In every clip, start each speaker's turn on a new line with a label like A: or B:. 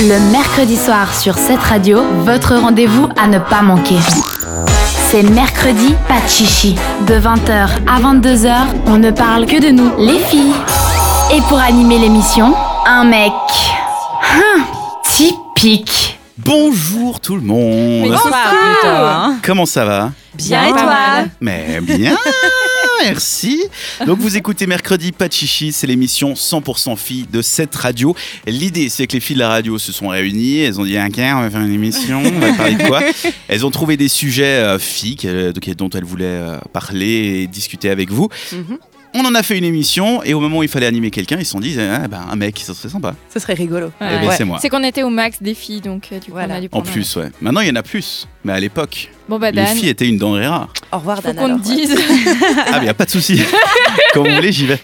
A: Le mercredi soir sur cette radio, votre rendez-vous à ne pas manquer. C'est mercredi, pas de chichi. De 20h à 22h, on ne parle que de nous, les filles. Et pour animer l'émission, un mec. Hum, typique.
B: Bonjour tout le monde.
C: Bonsoir plutôt, hein.
B: Comment ça va
C: Bien et toi
B: Mais bien. Merci. Donc vous écoutez mercredi pas de chichi, c'est l'émission 100% filles de cette radio. L'idée, c'est que les filles de la radio se sont réunies, elles ont dit un quart, on va faire une émission, on va parler de quoi Elles ont trouvé des sujets euh, filles qu'elles- donc- dont elles voulaient euh, parler et discuter avec vous. On en a fait une émission et au moment où il fallait animer quelqu'un, ils se sont dit ah, ben, un mec, ça serait sympa.
D: Ce serait rigolo.
B: Eh ben, c'est moi.
E: C'est qu'on était au max des filles, donc euh, du coup
D: Voilà.
E: on a dû
B: En
E: prendre un mec.
B: plus, ouais. Maintenant, il y en a plus. Mais à l'époque,
E: Bon bah
B: les
E: Dan,
B: filles étaient une denrée rare.
D: Au revoir,
E: faut
D: Dan.
E: qu'on
D: alors.
E: te dise.
B: Ah, mais y a pas de souci. Quand vous voulez, j'y vais.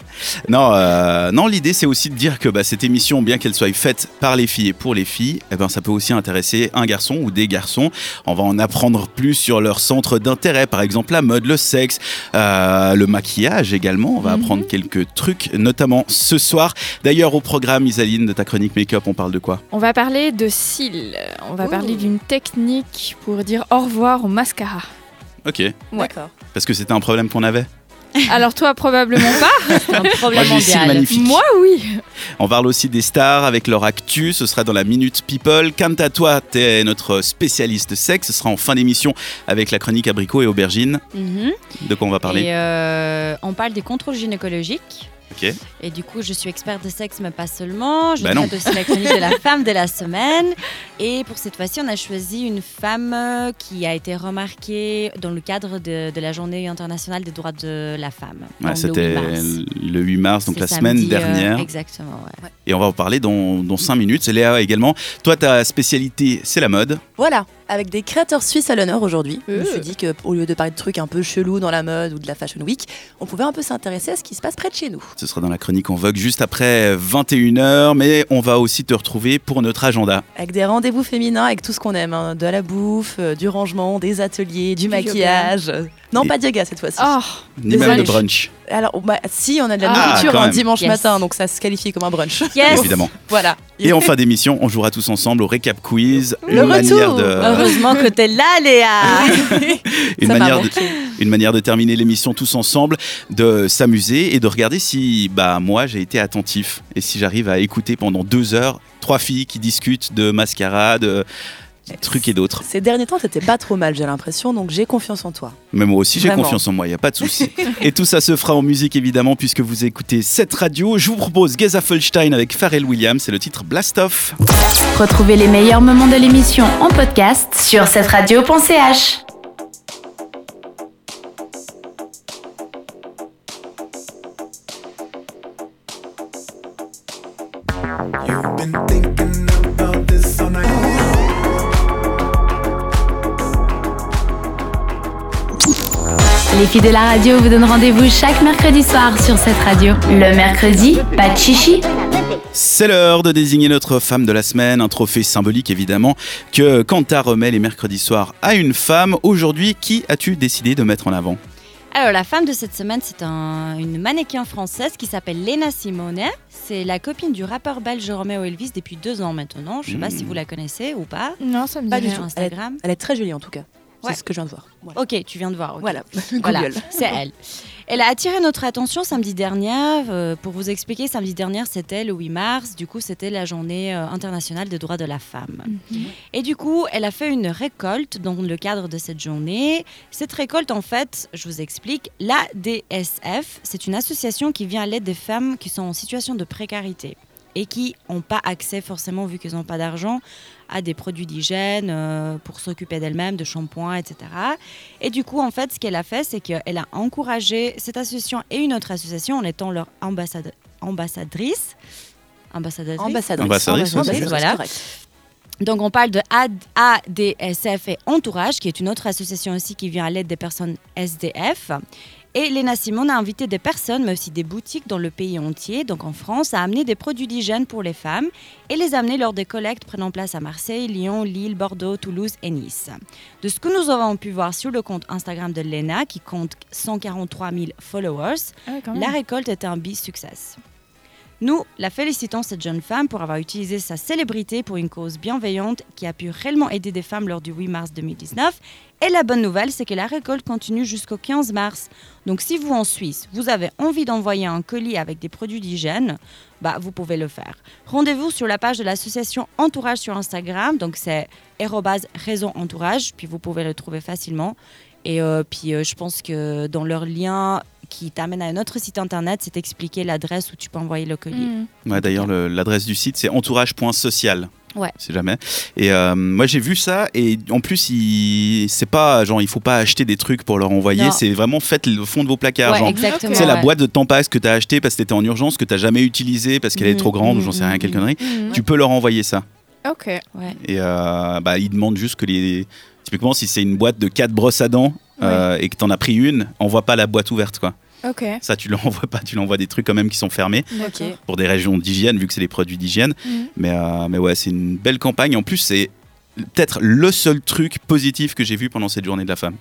B: Non, euh, non l'idée, c'est aussi de dire que bah, cette émission, bien qu'elle soit faite par les filles et pour les filles, eh ben, ça peut aussi intéresser un garçon ou des garçons. On va en apprendre plus sur leurs centres d'intérêt, par exemple la mode, le sexe, euh, le maquillage également. On va
E: Mhm.
B: apprendre quelques trucs, notamment ce soir. D'ailleurs, au programme, Isaline, de ta chronique Make-up, on parle de quoi
E: On va parler de cils. On va
D: Ouh.
E: parler d'une technique pour dire au revoir au mascara.
B: Ok.
E: Ouais.
D: D'accord.
B: Parce que c'était un problème qu'on avait.
E: Alors toi probablement pas.
C: C'est un
B: Moi,
C: problème
B: j'ai ici
C: mondial.
B: magnifique.
E: Moi oui.
B: On parle aussi des stars avec leur actu, ce sera dans la Minute People. Quant à toi, t'es notre spécialiste sexe, ce sera en fin d'émission avec la chronique abricot et aubergine.
C: Mhm.
B: De quoi on va parler
C: Et euh, on parle des contrôles gynécologiques.
B: Ok.
C: Et du coup, je suis experte de sexe, mais pas seulement. Je
B: Bah non.
C: traite aussi la chronique de la femme de la semaine. Et pour cette fois-ci, on a choisi une femme euh, qui a été remarquée dans le cadre de, de la Journée internationale des droits de la femme.
B: Ouais,
C: Donc, le
B: C'était
C: 8 mars.
B: le 8 mars, donc
C: C'est
B: la
C: samedi,
B: semaine
C: euh,
B: dernière.
C: exactement, ouais.
B: et on va en parler dans, dans 5 minutes. Léa également. Toi, ta spécialité, c'est la mode.
D: Voilà, avec des créateurs suisses à l'honneur aujourd'hui, je me
E: Euh.
D: suis dit qu'au lieu de parler de trucs un peu chelous dans la mode ou de la Fashion Week, on pouvait un peu s'intéresser à ce qui se passe près de chez nous.
B: Ce sera dans la chronique en vogue juste après 21h, mais on va aussi te retrouver pour notre agenda.
D: Avec des rendez-vous féminins, avec tout ce qu'on aime, hein, de la bouffe, euh, du rangement, des ateliers, du
E: Du
D: maquillage. Non,
B: Et-
D: pas de yoga cette fois-ci.
E: Oh.
B: Ni même le
E: Désolée.
B: brunch,
D: Alors, bah, si, on a de la
E: Ah,
D: nourriture
B: quand
D: un
B: même.
D: dimanche
C: Yes.
D: matin, donc ça se qualifie comme un brunch.
C: Yes.
B: évidemment.
D: voilà.
B: Et en fin d'émission, on jouera tous ensemble au récap quiz.
D: Le
B: manière
D: retour.
B: de-
C: Heureusement que t'es là, Léa.
B: une
D: Ça m'a
B: manière de,
D: manqué.
B: une manière de terminer l'émission tous ensemble, de s'amuser et de regarder si bah moi j'ai été attentif et si j'arrive à écouter pendant deux heures trois filles qui discutent de mascara, de trucs et d'autres.
D: Ces derniers temps, t'étais pas trop mal, j'ai l'impression, donc j'ai confiance en toi.
B: Mais moi aussi j'ai
D: Vraiment.
B: confiance en moi, il n'y a pas de souci. et tout ça se fera en musique évidemment puisque vous écoutez cette radio. Je vous propose Geza Folstein avec Pharrell Williams, c'est le titre Blast Off.
A: Retrouvez les meilleurs moments de l'émission en podcast sur cette radio.ch.
F: You've been thinking about this all night.
A: Les filles de la radio vous donnent rendez-vous chaque mercredi soir sur cette radio. Le mercredi, pas de chichi.
B: C'est l'heure de désigner notre femme de la semaine, un trophée symbolique évidemment que Kanta remet les mercredis soirs à une femme. Aujourd'hui, qui as-tu décidé de mettre en avant
C: Alors, la femme de cette semaine, c'est un- une mannequin française qui s'appelle Lena Simone. C'est la copine du rappeur belge Romeo Elvis depuis deux ans maintenant. Je ne sais pas
B: Mmh.
C: si vous la connaissez ou pas.
E: Non ça me
D: Pas
E: dit
D: du
E: rien.
C: Sur
D: tout.
C: Instagram.
D: Elle est très jolie en tout cas.
C: Ouais.
D: C'est ce que je viens de voir. Voilà.
C: Ok, tu viens de voir. ok.
D: Voilà,
C: Voilà,
D: Google.
C: c'est elle. Elle a attiré notre attention samedi dernier. Euh, pour vous expliquer, samedi dernier, c'était le 8 mars. Du coup, c'était la journée euh, internationale des droits de la femme. Et du coup, elle a fait une récolte dans le cadre de cette journée. Cette récolte, en fait, je vous explique, l'ADSF, c'est une association qui vient à l'aide des femmes qui sont en situation de précarité et qui n'ont pas accès forcément, vu qu'elles n'ont pas d'argent, à des produits d'hygiène euh, pour s'occuper d'elles-mêmes, de shampoings, etc. Et du coup, en fait, ce qu'elle a fait, c'est qu'elle a encouragé cette association et une autre association en étant leur ambassade- ambassadrice. Ambassadrice.
D: Ambassadrice.
B: Ambassadrice,
C: ouais, c'est
D: voilà.
C: ça. Donc on parle de AD- ADSF et Entourage, qui est une autre association aussi qui vient à l'aide des personnes SDF. Et Léna Simon a invité des personnes, mais aussi des boutiques dans le pays entier, donc en France, à amener des produits d'hygiène pour les femmes et les amener lors des collectes prenant place à Marseille, Lyon, Lille, Bordeaux, Toulouse et Nice. De ce que nous avons pu voir sur le compte Instagram de Léna, qui compte 143 000 followers,
E: Ah ouais, quand même.
C: la récolte est un bi-succès. Nous la félicitons, cette jeune femme, pour avoir utilisé sa célébrité pour une cause bienveillante qui a pu réellement aider des femmes lors du 8 mars 2019. Et la bonne nouvelle, c'est que la récolte continue jusqu'au 15 mars. Donc si vous en Suisse, vous avez envie d'envoyer un colis avec des produits d'hygiène, bah, vous pouvez le faire. Rendez-vous sur la page de l'association Entourage sur Instagram, donc c'est arrobase raison entourage, puis vous pouvez le trouver facilement. Et euh, puis euh, je pense que dans leur lien qui t'amène à un autre site internet, c'est expliqué l'adresse où tu peux envoyer le colis.
E: Mm.
B: Ouais, D'ailleurs, le- l'adresse du site, c'est entourage.social.
C: Ouais.
B: Si jamais. Et euh, moi, j'ai vu ça. Et en plus, il... c'est pas genre, il faut pas acheter des trucs pour leur envoyer.
C: Non.
B: C'est vraiment faites le fond de vos placards.
C: Ouais,
B: genre,
C: exactement.
B: tu sais, la
C: ouais.
B: boîte de Tampax que t'as acheté parce que t'étais en urgence, que t'as jamais utilisée parce qu'elle est
C: Mhm,
B: trop grande ou
C: mhm,
B: j'en sais rien,
C: mhm.
B: quelle connerie.
E: Mm.
B: Tu peux leur envoyer ça.
E: Ok.
C: Ouais.
B: Et euh, bah, ils demandent juste que les. Typiquement, si c'est une boîte de 4 brosses à dents euh, et que t'en as pris une, envoie pas la boîte ouverte, quoi.
E: Ok.
B: Ça, tu l'envoies pas. Tu l'envoies des trucs quand même qui sont fermés
D: Ok.
E: D'accord.
B: pour des régions d'hygiène, vu que c'est des produits d'hygiène.
E: Mhm.
B: Mais, euh, mais ouais, c'est une belle campagne. En plus, c'est peut-être le seul truc positif que j'ai vu pendant cette journée de la femme.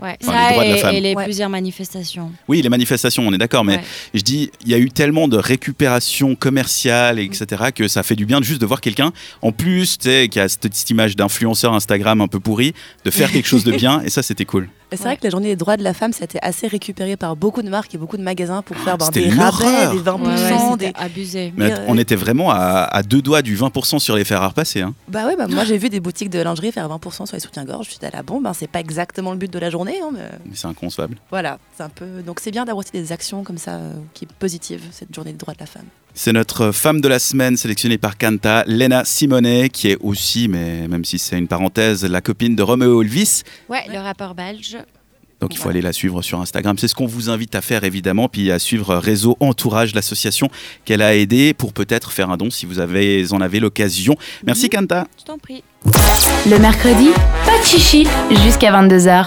C: Ouais.
B: Enfin, les
C: Ça
B: droits de la
C: et-
B: femme.
C: et, les
D: Ouais.
C: plusieurs manifestations.
B: Oui, les manifestations, on est d'accord, mais
C: Ouais.
B: je dis, il y a eu tellement de récupération commerciale, etc., que ça fait du bien de juste de voir quelqu'un, en plus, tu sais, qui a cette, cette image d'influenceur Instagram un peu pourri, de faire quelque chose de bien, et ça, c'était cool.
D: Et C'est vrai que la journée des droits de la femme, ça a été assez récupéré par beaucoup de marques et beaucoup de magasins pour faire ben,
B: Ah, c'était
D: des
B: l'horreur.
D: rabais, des 20%, des...
C: abusé.
B: Mais
D: Ouais, ouais.
B: on était vraiment à, à deux doigts du 20% sur les fers à repasser. hein.
D: Bah ouais, bah moi j'ai vu des boutiques de lingerie faire 20% sur les soutiens-gorge. Je suis dit, ah la bombe, hein, c'est pas exactement le but de la journée, hein, mais
B: Mais c'est inconcevable.
D: voilà, c'est un peu. Donc c'est bien d'avoir aussi des actions comme ça euh, qui est positive cette journée des droits de la femme.
B: C'est notre femme de la semaine sélectionnée par Canta, Lena Simonet, qui est aussi, mais même si c'est une parenthèse, la copine de Romeo Elvis.
C: Ouais, le rapport belge.
B: Donc il faut aller la suivre sur Instagram. C'est ce qu'on vous invite à faire évidemment, puis à suivre Réseau Entourage, l'association qu'elle a aidée pour peut-être faire un don si vous avez, en avez l'occasion. Merci Canta.
C: Je t'en prie.
A: Le mercredi, pas de chichi jusqu'à 22h.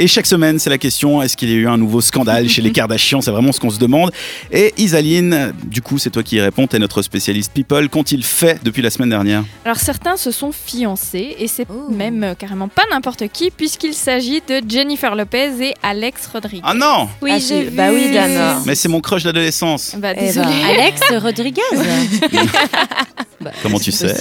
B: Et chaque semaine, c'est la question est-ce qu'il y a eu un nouveau scandale chez les Kardashians C'est vraiment ce qu'on se demande. Et Isaline, du coup, c'est toi qui y réponds. T'es notre spécialiste people. Qu'ont-ils fait depuis la semaine dernière
E: Alors certains se sont fiancés et c'est même euh, carrément pas n'importe qui puisqu'il s'agit de Jennifer Lopez et Alex Rodriguez.
B: Ah non
E: Oui,
D: Ah,
E: j'ai
D: si.
E: vu.
D: Bah oui, Dana.
B: Mais c'est mon crush d'adolescence.
E: Bah
D: Eh
E: désolée.
D: ben.
C: Alex Rodriguez.
B: Comment tu sais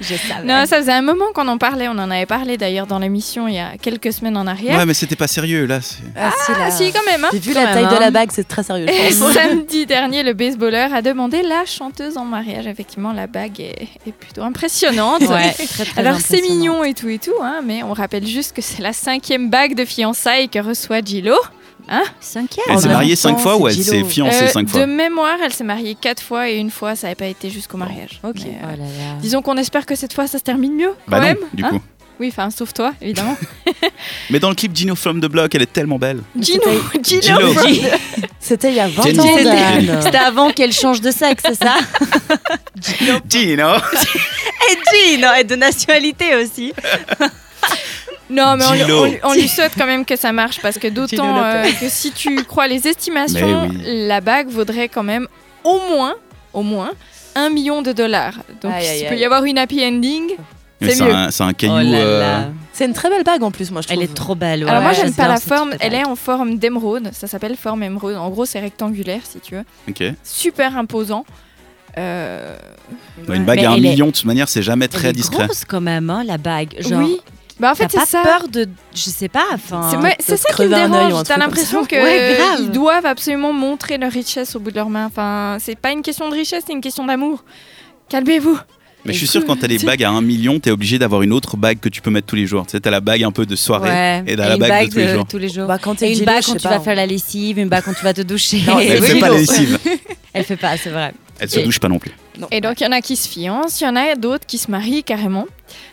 C: Je savais.
E: Non, ça faisait un moment qu'on en parlait. On en avait parlé d'ailleurs dans l'émission il y a quelques semaines en arrière.
B: Ouais, mais c'était pas sérieux là. c'est-
D: Ah, si,
E: Ah si, quand même. hein.
D: J'ai vu
E: Quand
D: la
E: même,
D: taille de
E: hein.
D: la bague, c'est très sérieux.
E: Et
D: je pense.
E: samedi dernier, le baseballeur a demandé la chanteuse en mariage. Effectivement, la bague est, est plutôt impressionnante.
C: Ouais, très, très
E: Alors c'est
C: impressionnant.
E: mignon et tout et tout, hein, mais on rappelle juste que c'est la cinquième bague de fiançailles que reçoit Gillo.
C: Cinquième.
B: Elle
D: en
B: s'est
D: même
B: mariée cinq
D: temps,
B: fois
D: c'est
B: ou elle
D: Gillo.
B: s'est fiancée
E: Euh,
B: cinq fois
E: De mémoire, elle s'est mariée quatre fois et une fois, ça n'avait pas été jusqu'au mariage.
D: ok.
E: Mais, euh,
C: Oh là là.
E: Disons qu'on espère que cette fois, ça se termine mieux quand
B: Bah non,
E: même.
B: du
E: hein.
B: coup.
E: oui, enfin, sauf toi, évidemment.
B: Mais dans le clip Gino from the Block, elle est tellement belle.
E: Gino, Gino,
B: Gino.
D: C'était il y a 20
B: Jenny.
D: ans,
B: Jenny.
D: Dan.
C: C'était avant qu'elle change de sexe, c'est ça
B: Gino
C: Et Jean, et de nationalité aussi.
E: Non, mais on lui-
B: Gino.
E: on, lui- on lui souhaite quand même que ça marche parce que d'autant
D: Gino Lopez.
E: euh, que si tu crois les estimations,
B: Mais
E: la bague vaudrait quand même au moins, au moins, un million de dollars. Donc
D: Aïe, aïe,
E: il peut
D: aïe.
E: y avoir une happy ending.
B: Mais C'est
E: mieux.
B: un, c'est un caillou. euh,
D: C'est une très belle bague en plus, moi je trouve.
C: Oh Elle est trop belle.
E: Alors moi
C: ouais.
E: j'aime pas
C: J'adore
E: la
C: cette
E: forme,
C: petite
E: elle
C: bague.
E: est en forme d'émeraude, ça s'appelle forme émeraude. En gros c'est rectangulaire si tu veux,
B: ok. Ouais,
E: super imposant. Euh,
B: une bague
C: Mais
B: à un
C: elle est-
B: million, de toute manière, c'est jamais
C: Elle
B: très
C: est
B: discret.
C: grosse quand même, hein, la bague. Genre,
E: oui. Bah en
C: T'as
E: fait
C: pas
E: c'est ça.
C: peur de, je sais pas, enfin.
E: C'est moi- c'est ça qui me
D: crever un œil ou un
E: dérange.
D: truc
E: T'as
D: comme
E: l'impression
D: ça.
E: que
C: Ouais, grave.
E: ils doivent absolument montrer leur richesse au bout de leurs mains. Enfin, c'est pas une question de richesse, c'est une question d'amour. Calmez-vous.
B: Mais je suis sûr, quand t'as les bagues à un million, t'es obligé d'avoir une autre bague que tu peux mettre tous les jours. Tu sais, t'as la bague un peu de soirée.
C: Ouais.
B: et dans la
C: une euh,
B: bague de tous les jours.
D: Bah, quand
C: Et
D: t'es
C: une
D: Gillo,
C: bague
D: je
C: quand
D: sais
C: tu
D: pas,
C: vas
D: hein.
C: faire la lessive, une bague quand tu vas te doucher.
D: Non,
B: Elle
D: Oui,
B: fait pas
D: Gino.
B: la lessive.
C: Elle fait pas, c'est vrai.
B: Elle se
E: Et-
B: douche pas non plus.
E: Et donc, il y en a qui se fiancent, il y en a d'autres qui se marient carrément.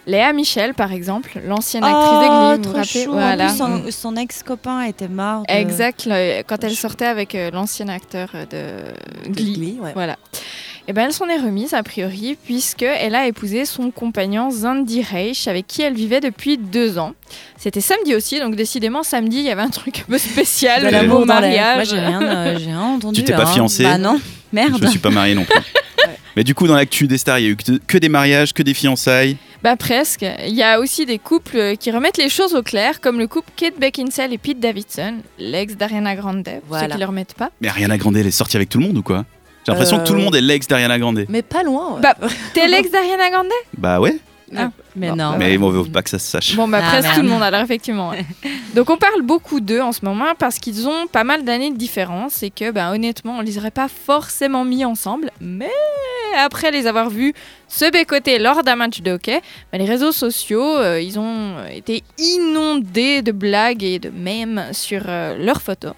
E: Léa Michel, par exemple, l'ancienne actrice de Glee, vous vous
C: Oh, trop
E: rappelez
C: chaud.
E: Voilà. Mm.
C: En plus, hein. son, son ex-copain était mort. de-
E: Exact, le- quand elle sortait avec euh, l'ancien acteur euh, de Glee.
D: Glee, ouais.
E: Voilà. Et ben, elle s'en est remise, a priori, puisqu'elle a épousé son compagnon Zandy Reich, avec qui elle vivait depuis deux ans. C'était samedi aussi, donc décidément, samedi, il y avait un truc un peu spécial,
C: De
E: le
C: l'amour
E: mot
C: dans l'air. Moi,
E: mariage.
C: j'ai rien, euh, j'ai rien entendu.
B: t'es pas
C: hein.
B: fiancée
C: Bah non, merde.
B: Je ne suis pas marié non plus. Mais du coup, dans l'actu des stars, il y a eu que que des mariages, que des fiançailles.
E: Bah presque. Il y a aussi des couples euh, qui remettent les choses au clair, comme le couple Kate Beckinsale et Pete Davidson, l'ex d'Ariana Grande, pour
D: Voilà.
E: ceux qui le remettent pas.
B: Mais Ariana Grande, elle est sortie avec tout le monde ou quoi J'ai l'impression que tout le
D: Euh,
B: monde est l'ex d'Ariana Grande.
D: Mais pas loin. ouais.
E: Bah, T'es l'ex d'Ariana Grande
B: Bah ouais,
C: Mais
D: Non.
C: non.
B: mais bon, faut pas que ça se sache.
E: Bon, bah
C: Ah,
E: presque
C: merde.
E: tout le monde alors effectivement. ouais. Donc on parle beaucoup d'eux en ce moment parce qu'ils ont pas mal d'années de différence et que bah, honnêtement on les aurait pas forcément mis ensemble. Mais après les avoir vus se bécoter lors d'un match de hockey, bah, les réseaux sociaux euh, ils ont été inondés de blagues et de mèmes sur euh, leurs photos.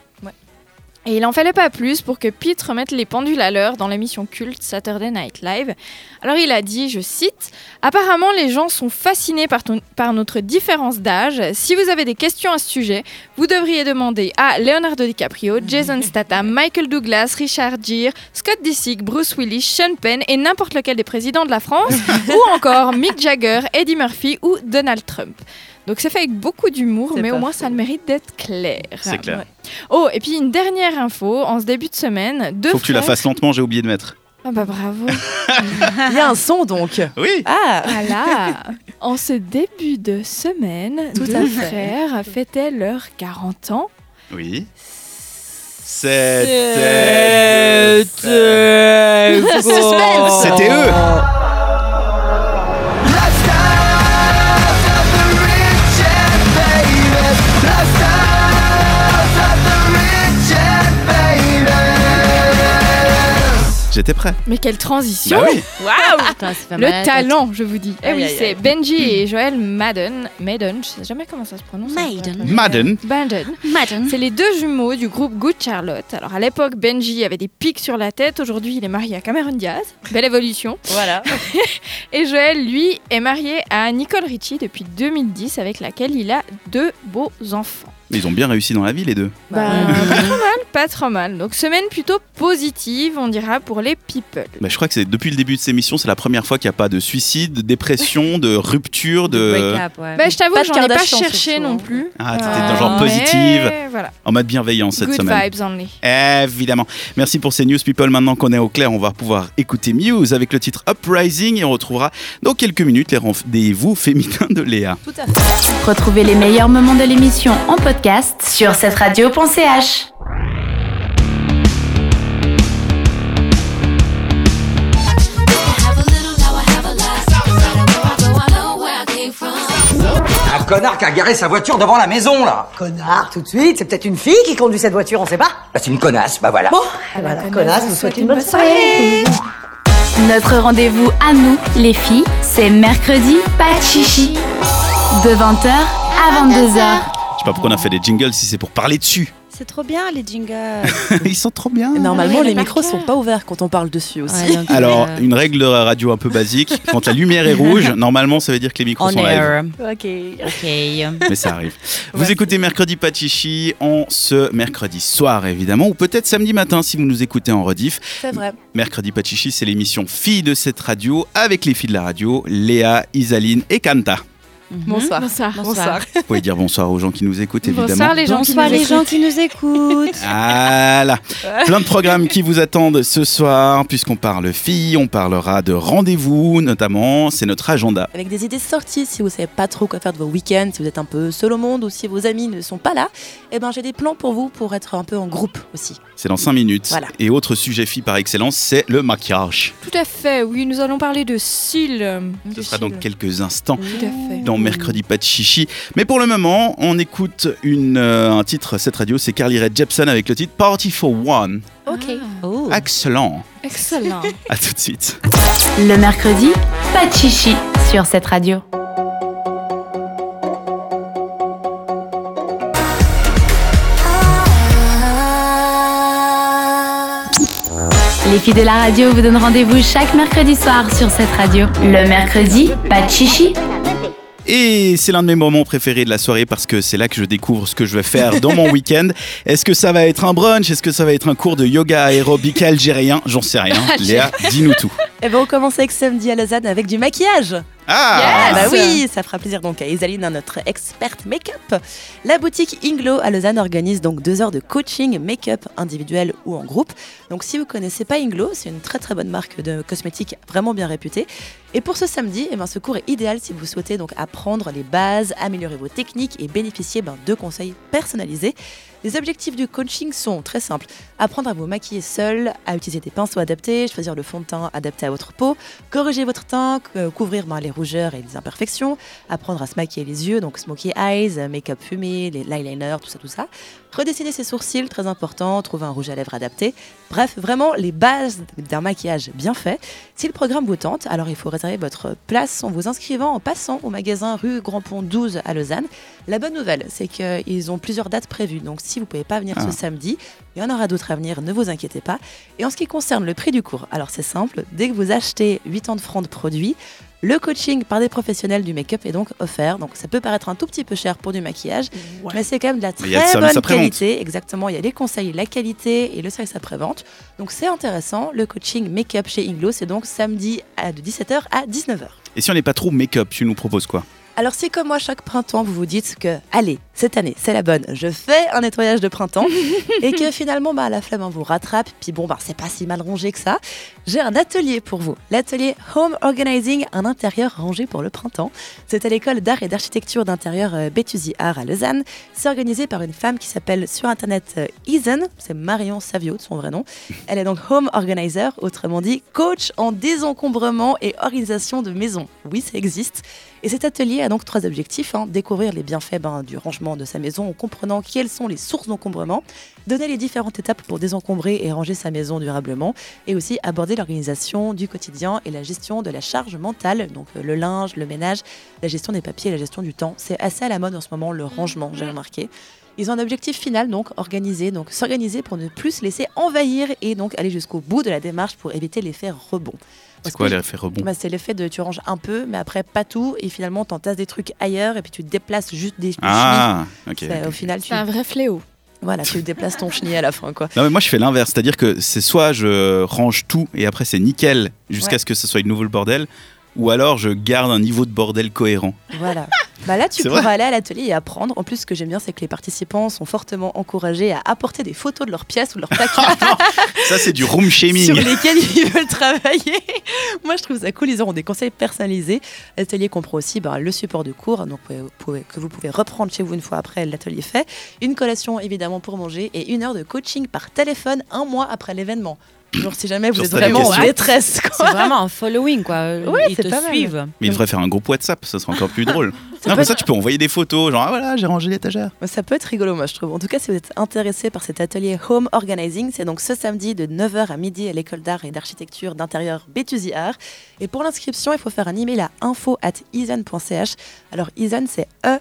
E: Et il en fallait pas plus pour que Pete remette les pendules à l'heure dans l'émission culte Saturday Night Live. Alors il a dit, je cite, Apparemment, les gens sont fascinés par, ton- par notre différence d'âge. Si vous avez des questions à ce sujet, vous devriez demander à Leonardo DiCaprio, Jason Statham, Michael Douglas, Richard Gere, Scott Disick, Bruce Willis, Sean Penn et n'importe lequel des présidents de la France, ou encore Mick Jagger, Eddie Murphy ou Donald Trump. Donc c'est fait avec beaucoup d'humour,
D: C'est
E: mais au
D: pas
E: moins
D: faux.
E: ça a le mérite d'être clair.
B: C'est clair.
E: Ouais. Oh, et puis une dernière info, en ce début de semaine, deux
B: Faut que tu la
E: frères-
B: fasses lentement, j'ai oublié de mettre.
E: Ah bah bravo.
D: Il y a un son donc.
B: Oui
D: Ah
E: Voilà En ce début de semaine,
D: Tout à
E: deux
D: fait.
E: frères fêtaient leurs 40 ans.
B: Oui.
D: C'était-
B: Suspense C'était eux
D: Bah,
B: J'étais prêt.
E: Mais quelle transition
B: Bah oui.
C: Putain, ça fait mal à
E: Le
C: la tête.
E: talent, je vous dis. Eh
D: Aïe,
E: oui,
D: aïe,
E: c'est
D: aïe.
E: Benji et Joël Madden. Madden, je sais jamais comment ça se prononce.
C: Madden.
B: Madden.
E: Madden.
B: Hmm.
C: Madden.
E: C'est les deux jumeaux du groupe Good Charlotte. Alors à l'époque, Benji avait des pics sur la tête. Aujourd'hui, il est marié à Cameron Diaz. Belle évolution.
D: Voilà.
E: Et Joël, lui, est marié à Nicole Richie depuis 2010, avec laquelle il a deux beaux enfants.
B: Mais ils ont bien réussi dans la vie, les deux.
E: Bah,
C: Euh,
D: Bah,
E: pas trop mal, pas trop mal. Donc semaine plutôt positive, on dira pour les people.
B: Bah, je crois que c'est depuis le début de ces missions, c'est la première fois qu'il n'y a pas de suicide, de dépression, de rupture, de.
C: Wake up, ouais.
E: Bah, je t'avoue,
D: Pas de
E: j'en ai pas
D: Kardashian
E: cherché
D: surtout,
E: non
D: hein.
E: plus.
B: Ah, t'étais dans
E: Euh,
B: genre
E: mais
B: positive,
E: Voilà.
B: en mode bienveillance cette
E: Good
B: semaine.
E: vibes only.
B: Évidemment. Merci pour ces news people. Maintenant qu'on est au clair, on va pouvoir écouter Muse avec le titre Uprising et on retrouvera dans quelques minutes les rendez-vous féminins de Léa.
D: tout à fait.
A: Retrouvez les meilleurs moments de l'émission en podcast sur cette radio.ch.
G: Un connard qui a garé sa voiture devant la maison, là
H: Connard, tout de suite, c'est peut-être une fille qui conduit cette voiture, on sait pas.
G: Bah, c'est une connasse, bah voilà.
H: Bon, eh ben, la connasse vous souhaite une bonne soirée.
A: Notre rendez-vous à nous, les filles, c'est mercredi, pas de chichi. De 20h à 22h.
B: Je sais pas pourquoi on a fait des jingles si c'est pour parler dessus.
C: C'est trop bien les jingles.
B: Ils sont trop bien.
D: Normalement,
E: Oui,
D: les
E: par
D: micros sont
E: cœur.
D: pas ouverts quand on parle dessus aussi.
C: Ouais, donc,
B: Alors,
C: euh,
B: une règle de radio un peu basique. Quand la lumière est rouge, normalement, ça veut dire que les micros
C: on
B: sont live.
C: air.
D: Ok.
C: Ok.
B: Mais ça arrive. Vous écoutez Mercredi Pachichi en ce mercredi soir, évidemment, ou peut-être samedi matin si vous nous écoutez en rediff.
D: C'est vrai.
B: Mercredi Pachichi, c'est l'émission Filles de cette radio avec les filles de la radio, Léa, Isaline et Kanta.
D: Bonsoir.
E: Bonsoir.
C: Bonsoir.
B: Vous pouvez dire bonsoir aux gens qui nous écoutent, évidemment.
E: Bonsoir les gens
C: Bonsoir
E: qui
C: les
E: nous
C: gens
E: écoutent.
C: qui nous écoutent.
B: Voilà, plein de programmes qui vous attendent ce soir, puisqu'on parle filles, on parlera de rendez-vous notamment, c'est notre agenda.
D: Avec des idées sorties, si vous savez pas trop quoi faire de vos week-ends, si vous êtes un peu seul au monde ou si vos amis ne sont pas là, eh ben j'ai des plans pour vous pour être un peu en groupe aussi.
B: C'est dans 5 minutes.
D: Voilà.
B: Et autre sujet filles par excellence, c'est le maquillage.
E: Tout à fait, oui, nous allons parler de cils.
B: Ce sera dans quelques instants.
E: Tout à fait.
B: dans Mercredi Pas de Chichi. Mais pour le moment, on écoute une, euh, un titre, cette radio, c'est Carly Rae Jepsen avec le titre Party for One.
E: Ok.
C: Oh.
B: Excellent.
E: Excellent.
B: À tout de suite.
A: Le mercredi, pas de chichi sur cette radio. Les filles de la radio vous donnent rendez-vous chaque mercredi soir sur cette radio. Le mercredi, pas de chichi.
B: Et c'est l'un de mes moments préférés de la soirée parce que c'est là que je découvre ce que je vais faire dans mon week-end. Est-ce que ça va être un brunch Est-ce que ça va être un cours de yoga aérobic algérien J'en sais rien. Léa, dis-nous tout.
D: Et ben on commence avec samedi à Lausanne avec du maquillage.
B: Ah
D: bah oui, ça fera plaisir donc à Isaline, hein, notre experte make-up. La boutique Inglo à Lausanne organise donc deux heures de coaching make-up individuel ou en groupe. Donc si vous connaissez pas Inglo, c'est une très très bonne marque de cosmétiques vraiment bien réputée. Et pour ce samedi, eh ben, ce cours est idéal si vous souhaitez donc apprendre les bases, améliorer vos techniques et bénéficier ben, de conseils personnalisés. Les objectifs du coaching sont très simples. Apprendre à vous maquiller seul, à utiliser des pinceaux adaptés, choisir le fond de teint adapté à votre peau, corriger votre teint, euh, couvrir ben, les rougeurs et les imperfections, apprendre à se maquiller les yeux, donc smoky eyes, euh, make-up fumé, les- l'eyeliner, tout ça, tout ça. Redessiner ses sourcils, très important, trouver un rouge à lèvres adapté. Bref, vraiment les bases d'un maquillage bien fait. Si le programme vous tente, alors il faut réserver votre place en vous inscrivant en passant au magasin rue Grand Pont 12 à Lausanne. La bonne nouvelle, c'est qu'ils ont plusieurs dates prévues. Donc si vous ne pouvez pas venir
B: Ah.
D: ce samedi, il y en aura d'autres à venir, ne vous inquiétez pas. Et en ce qui concerne le prix du cours, alors c'est simple, dès que vous achetez 80 francs de produits, le coaching par des professionnels du make-up est donc offert. Donc ça peut paraître un tout petit peu cher pour du maquillage, mais c'est quand même de la
B: Mais
D: très
B: il y a le service
D: bonne
B: après-vente.
D: qualité. Exactement, il y a les conseils, la qualité et le service après-vente. Donc c'est intéressant, le coaching make-up chez Inglo, c'est donc samedi à de 17h à 19h.
B: Et si on n'est pas trop make-up, tu nous proposes quoi
D: Alors si comme moi chaque printemps vous vous dites que allez cette année c'est la bonne je fais un nettoyage de printemps et que finalement bah, la flemme hein, vous rattrape puis bon bah c'est pas si mal rangé que ça j'ai un atelier pour vous l'atelier home organizing un intérieur rangé pour le printemps c'est à l'école d'art et d'architecture d'intérieur euh, Béthusy Art à Lausanne c'est organisé par une femme qui s'appelle sur internet euh, Isen c'est Marion Savio de son vrai nom elle est donc home organizer autrement dit coach en désencombrement et organisation de maison oui ça existe et cet atelier a donc trois objectifs hein. découvrir les bienfaits ben, du rangement de sa maison en comprenant quelles sont les sources d'encombrement, donner les différentes étapes pour désencombrer et ranger sa maison durablement, et aussi aborder l'organisation du quotidien et la gestion de la charge mentale, donc euh, le linge, le ménage, la gestion des papiers, la gestion du temps. C'est assez à la mode en ce moment le rangement, j'ai remarqué. Ils ont un objectif final donc organiser, donc s'organiser pour ne plus se laisser envahir et donc aller jusqu'au bout de la démarche pour éviter l'effet rebond.
B: C'est
D: Parce
B: quoi
D: que
B: les effets rebonds
D: bah, c'est l'effet de tu ranges un peu, mais après pas tout, et finalement t'entasses des trucs ailleurs, et puis tu te déplaces juste des, des
B: Ah, ok.
D: chenilles. C'est- Au final, tu,
E: C'est un vrai fléau.
D: voilà, tu déplaces ton chenille à la fin. Quoi.
B: Non mais moi je fais l'inverse, c'est-à-dire que c'est soit je range tout et après c'est nickel jusqu'à
D: Ouais.
B: ce que ce soit de nouveau le bordel, ou alors je garde un niveau de bordel cohérent.
D: Voilà. Bah là, tu
B: C'est
D: pourras
B: vrai.
D: aller à l'atelier et apprendre. En plus, ce que j'aime bien, c'est que les participants sont fortement encouragés à apporter des photos de leurs pièces ou de leurs placards
B: Ça c'est du room
D: sur
B: shaming.
D: lesquels ils veulent travailler. Moi, je trouve ça cool. Ils auront des conseils personnalisés. L'atelier comprend aussi bah, le support de cours donc, vous pouvez- que vous pouvez reprendre chez vous une fois après l'atelier fait. Une collation, évidemment, pour manger et une heure de coaching par téléphone un mois après l'événement. Genre, si jamais vous
B: Genre,
D: êtes
B: t'as des
D: vraiment en
B: questions.
D: détresse, quoi.
C: C'est vraiment un following, quoi.
D: Ouais,
C: Ils
D: c'est
C: te
D: pas mal.
C: suivent.
B: Mais il devrait faire un groupe WhatsApp, ça serait encore plus drôle.
D: Ça
B: Non
D: peut
B: comme ça tu peux envoyer des photos, genre ah voilà j'ai rangé l'étagère.
D: Ouais, Bah, Ça peut être rigolo, moi, je trouve. En tout cas, si vous êtes intéressé par cet atelier Home Organizing, c'est donc ce samedi de 9h à midi à l'école d'art et d'architecture d'intérieur Béthusy Art. Et pour l'inscription, il faut faire un email à info at Alors, isen, c'est E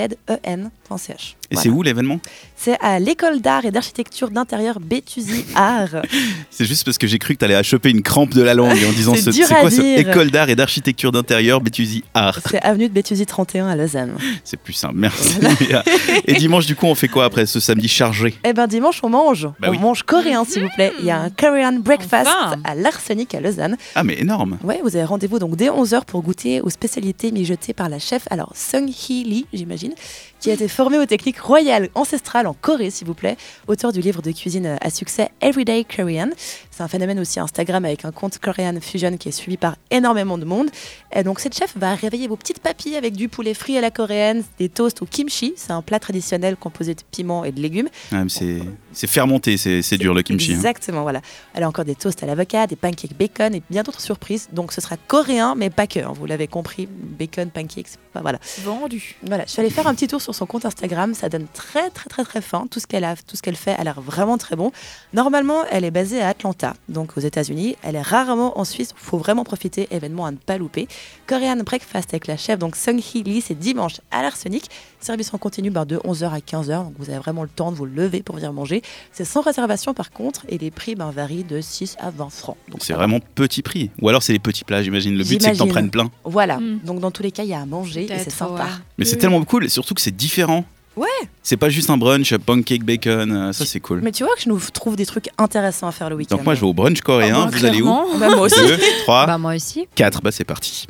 D: E-A-Z-E-N.ch.
B: Et c'est où l'événement
D: C'est à l'école d'art et d'architecture d'intérieur Béthusy Art.
B: C'est juste parce que j'ai cru que t'allais à choper une crampe de la langue en disant
D: C'est
B: ce-
D: dur
B: c'est
D: à
B: quoi cette
D: dire.
B: école d'art et d'architecture d'intérieur Béthusy Art.
D: c'est avenue de Béthusy 31 à Lausanne.
B: C'est plus simple, merci. Léa. Et dimanche du coup on fait quoi après ce samedi chargé
D: Eh ben dimanche on mange,
B: Bah
D: on
B: oui.
D: mange coréen s'il vous plaît. Il y a un Korean breakfast
C: Enfin.
D: à l'arsenic à Lausanne.
B: Ah mais énorme.
D: Ouais, vous avez rendez-vous donc dès 11h pour goûter aux spécialités mijotées par la chef, alors Sung Hee Lee, j'imagine, qui a été formée aux techniques royales ancestrales en Corée, s'il vous plaît, auteur du livre de cuisine à succès Everyday Korean. C'est un phénomène aussi Instagram avec un compte Korean Fusion qui est suivi par énormément de monde. Et donc cette chef va réveiller vos petites papilles avec du poulet frit à la coréenne, des toasts au kimchi, c'est un plat traditionnel composé de piments et de légumes.
B: Ah, mais c'est c'est fermenté, c'est c'est dur le kimchi. hein.
D: Exactement, voilà. Elle a encore des toasts à l'avocat, des pancakes bacon et bien d'autres surprises. Donc ce sera coréen, mais pas que. hein, vous l'avez compris, bacon, pancakes, enfin, voilà.
E: Vendu.
D: Voilà, je suis allée faire un petit tour sur son compte Instagram. Ça donne très très très très fin. Tout ce qu'elle a, tout ce qu'elle fait, elle a l'air vraiment très bon. Normalement, elle est basée à Atlanta, donc aux États-Unis. Elle est rarement en Suisse. Faut vraiment profiter, événement à ne pas louper. Korean breakfast avec la chef donc Sung Hee qui lit, c'est dimanche à l'arsenic. Service en continu ben, de 11h à 15h, donc vous avez vraiment le temps de vous lever pour venir manger. C'est sans réservation par contre, et les prix ben, varient de 6 à 20 francs. Donc
B: C'est
D: ça va.
B: vraiment petit prix. Ou alors c'est les petits plats, j'imagine. Le but c'est que t'en
D: J'imagine.
B: prennes plein.
D: Voilà,
E: Mm.
D: donc dans tous les cas, il y a à manger et c'est
E: Peut-être,
D: sympa.
E: ouais.
B: Mais c'est tellement cool, et surtout que c'est différent.
D: Mm. Ouais.
B: C'est pas juste un brunch, euh, pancake, bacon, euh, ça c'est cool.
D: Mais tu vois que je nous trouve des trucs intéressants à faire le week-end.
B: Donc moi je vais au brunch coréen,
E: Ah bah,
B: Hein, vous allez où
E: clairement.
D: Bah, moi aussi.
B: 2, 3,
C: Bah moi aussi.
B: 4, bah c'est parti.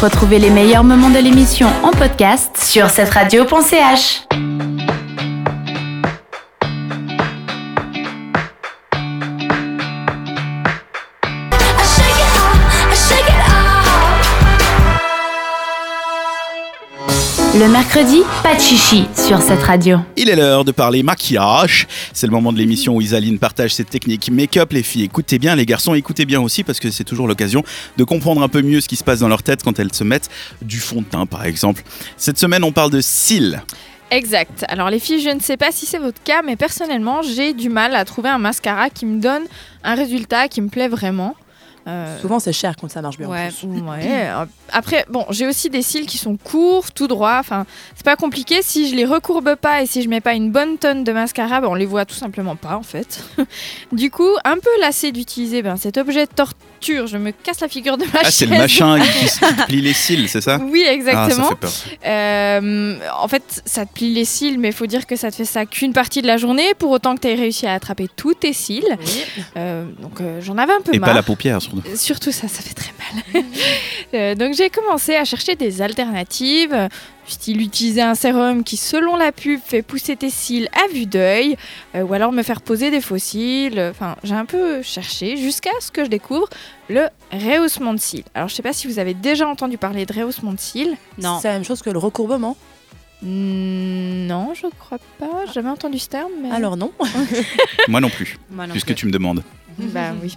A: Retrouvez les meilleurs moments de l'émission en podcast sur cette radio.ch. Le mercredi, pas de chichi sur cette radio.
B: Il est l'heure de parler maquillage. C'est le moment de l'émission où Isaline partage ses techniques make-up. Les filles, écoutez bien, les garçons, écoutez bien aussi parce que c'est toujours l'occasion de comprendre un peu mieux ce qui se passe dans leur tête quand elles se mettent du fond de teint, par exemple. Cette semaine, on parle de cils.
E: Exact. Alors les filles, je ne sais pas si c'est votre cas, mais personnellement, j'ai du mal à trouver un mascara qui me donne un résultat qui me plaît vraiment. Euh,
D: Souvent, c'est cher quand ça marche bien. en
E: Ouais,
D: plus.
E: ouais. Euh, Après, bon, j'ai aussi des cils qui sont courts, tout droits. Enfin, c'est pas compliqué. Si je les recourbe pas et si je mets pas une bonne tonne de mascara, ben, on les voit tout simplement pas en fait. du coup, un peu lassé d'utiliser ben, cet objet de torture. Je me casse la figure de ma
B: Ah, c'est le
E: chaise.
B: machin qui, se- qui plie les cils, c'est ça
E: Oui,
B: Ah, ça
E: exactement.
B: fait peur.
E: Euh, en fait, ça te plie les cils, mais il faut dire que ça te fait ça qu'une partie de la journée, pour autant que tu aies réussi à attraper tous tes cils. Euh, donc euh, j'en avais un peu
B: Et
E: marre.
B: pas la paupière, surtout.
E: Surtout ça, ça fait très mal. Euh, donc j'ai commencé à chercher des alternatives, euh, du style utiliser un sérum qui, selon la pub, fait pousser tes cils à vue d'œil, euh, ou alors me faire poser des faux cils. Enfin, j'ai un peu cherché jusqu'à ce que je découvre le rehaussement de cils. Alors je sais pas si vous avez déjà entendu parler de rehaussement de cils.
C: Non.
D: C'est la même chose que le recourbement.
E: Mm, Non, je crois pas. J'ai jamais entendu ce terme. Mais...
D: Alors non.
B: Moi non plus,
C: Moi non
B: puisque
C: plus.
B: tu me demandes.
E: Bah oui.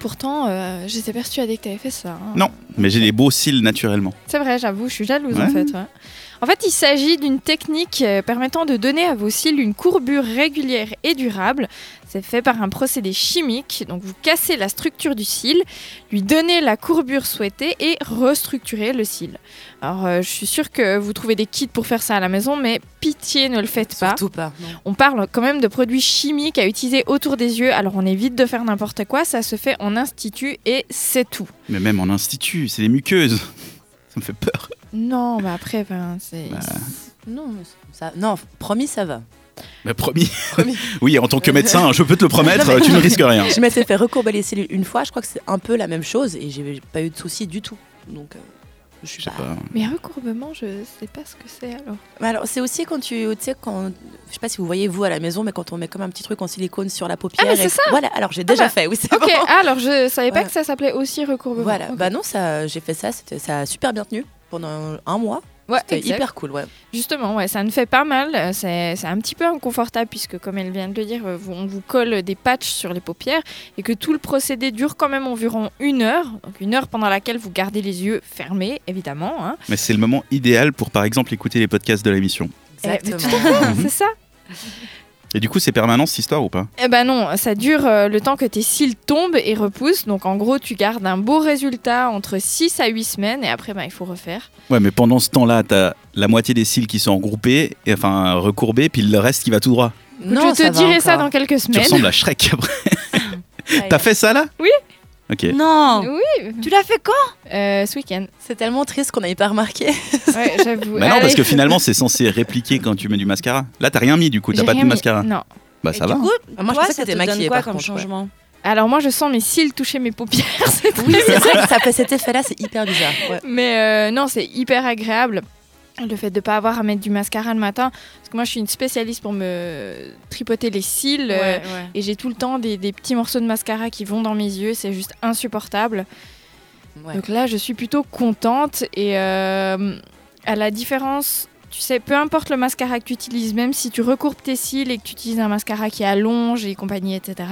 E: Pourtant, euh, j'étais persuadée que t'avais fait ça. hein.
B: Non, mais j'ai des beaux cils naturellement.
E: C'est vrai, j'avoue, je suis jalouse en
B: Ouais.
E: fait. ouais. En fait, il s'agit d'une technique euh, permettant de donner à vos cils une courbure régulière et durable. C'est fait par un procédé chimique. Donc, vous cassez la structure du cil, lui donnez la courbure souhaitée et restructurez le cil. Alors, euh, je suis sûre que vous trouvez des kits pour faire ça à la maison, mais pitié, ne le faites pas.
D: Surtout pas.
E: On parle quand même de produits chimiques à utiliser autour des yeux, alors on évite de faire n'importe quoi, ça se fait en institut et c'est tout.
B: Mais même en institut, c'est les muqueuses. Ça me fait peur.
E: Non, mais après, ben, c'est...
D: Non, mais ça, non, promis, ça va.
B: Mais promis.
D: Promis.
B: oui, en tant que médecin, je peux te le promettre, tu ne risques rien.
D: Je m'étais fait recourber les cellules une fois, je crois que c'est un peu la même chose et j'ai pas eu de soucis du tout. Donc, euh, je
B: Je
D: suis
B: sais
D: pas.
B: pas.
E: Mais recourbement, je sais pas ce que c'est alors.
D: Mais alors, c'est aussi quand tu tu sais, quand. Je sais pas si vous voyez vous à la maison, mais quand on met comme un petit truc en silicone sur la paupière.
E: Ah, mais c'est
D: et-
E: ça
D: Voilà, alors j'ai déjà
E: bah,
D: fait, oui, c'est
E: Ok,
D: bon.
E: ah, alors je savais pas
D: Ouais.
E: que ça s'appelait aussi recourbement.
D: Voilà,
E: Ok.
D: bah non, ça, j'ai fait ça, c'était- ça a super bien tenu pendant un mois.
E: Ouais,
D: C'était
E: exact.
D: hyper cool, ouais.
E: Justement, ouais, ça ne fait pas mal. euh, C'est c'est un petit peu inconfortable puisque, comme elle vient de le dire, euh, vous- on vous colle des patchs sur les paupières et que tout le procédé dure quand même environ une heure. Donc une heure pendant laquelle vous gardez les yeux fermés, évidemment. hein.
B: Mais c'est le moment idéal pour, par exemple, écouter les podcasts de l'émission.
E: Eh, mais
D: Exactement.
E: tout à fait, c'est ça.
B: Et du coup, c'est permanent cette histoire ou pas
E: Eh ben non, ça dure euh, le temps que tes cils tombent et repoussent. Donc en gros, tu gardes un beau résultat entre 6 à 8 semaines et après, ben, il faut refaire.
B: Ouais, mais pendant ce temps-là, t'as la moitié des cils qui sont groupés, et, enfin recourbés, puis le reste qui va tout droit.
D: Non,
E: je te
D: ça va
E: dirai ça
D: encore.
E: dans quelques
B: Tu
E: semaines.
B: ressembles à Shrek après. T'as fait ça là
E: Oui.
B: Ok.
C: Non.
E: Oui,
C: Tu l'as fait quand
E: euh, ce week-end.
D: C'est tellement triste qu'on n'avait pas remarqué.
E: Ouais, j'avoue.
B: Bah non, parce
E: Allez.
B: que finalement, c'est censé répliquer quand tu mets du mascara. Là, t'as rien mis du coup, t'as
E: J'ai
B: pas de
E: rien mis.
B: mascara.
E: Non.
B: Bah ça va.
C: Du coup,
D: Ah, moi, je
C: toi,
D: pensais que
C: ça te
D: t'étais
C: donne
D: maquillée,
C: quoi
D: par
C: comme
D: contre, ouais.
C: changement
E: Alors moi, je sens mes cils toucher mes paupières. c'est très
D: Oui, c'est vrai que ça fait cet effet-là, c'est hyper bizarre. Ouais.
E: Mais euh, non, c'est hyper agréable. Le fait de ne pas avoir à mettre du mascara le matin, parce que moi je suis une spécialiste pour me tripoter les cils euh, et j'ai tout le temps des, des petits morceaux de mascara qui vont dans mes yeux, c'est juste insupportable.
D: Ouais.
E: Donc là je suis plutôt contente et euh, à la différence, tu sais, peu importe le mascara que tu utilises, même si tu recourbes tes cils et que tu utilises un mascara qui allonge et compagnie, etc.,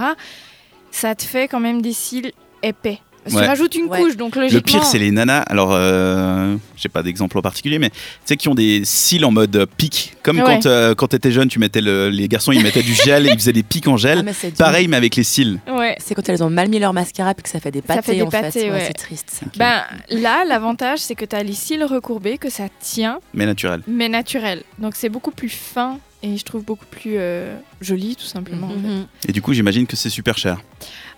E: ça te fait quand même des cils épais. Tu
B: Ouais.
E: rajoutes une
D: Ouais.
E: couche, donc logiquement.
B: Le pire, c'est les nanas. Alors, euh, j'ai pas d'exemple en particulier, mais tu sais, qui ont des cils en mode euh, pic. Comme
E: Ouais.
B: quand, euh, quand t'étais jeune, tu mettais le- les garçons, ils mettaient du gel, ils faisaient des pics en gel.
D: Ah, mais c'est dur.
B: Pareil, mais avec les cils.
E: Ouais.
D: C'est quand elles ont mal mis leur mascara puis que ça fait des pâtés
E: Ça fait des
D: en
E: pâtés,
D: fait.
E: ouais.
D: c'est triste. ça.
E: Ben là, l'avantage, c'est que tu as les cils recourbés, que ça tient,
B: Mais naturel.
E: mais naturel. Donc c'est beaucoup plus fin et je trouve beaucoup plus euh, joli, tout simplement. en fait.
C: Mhm.
B: Et du coup, j'imagine que c'est super cher.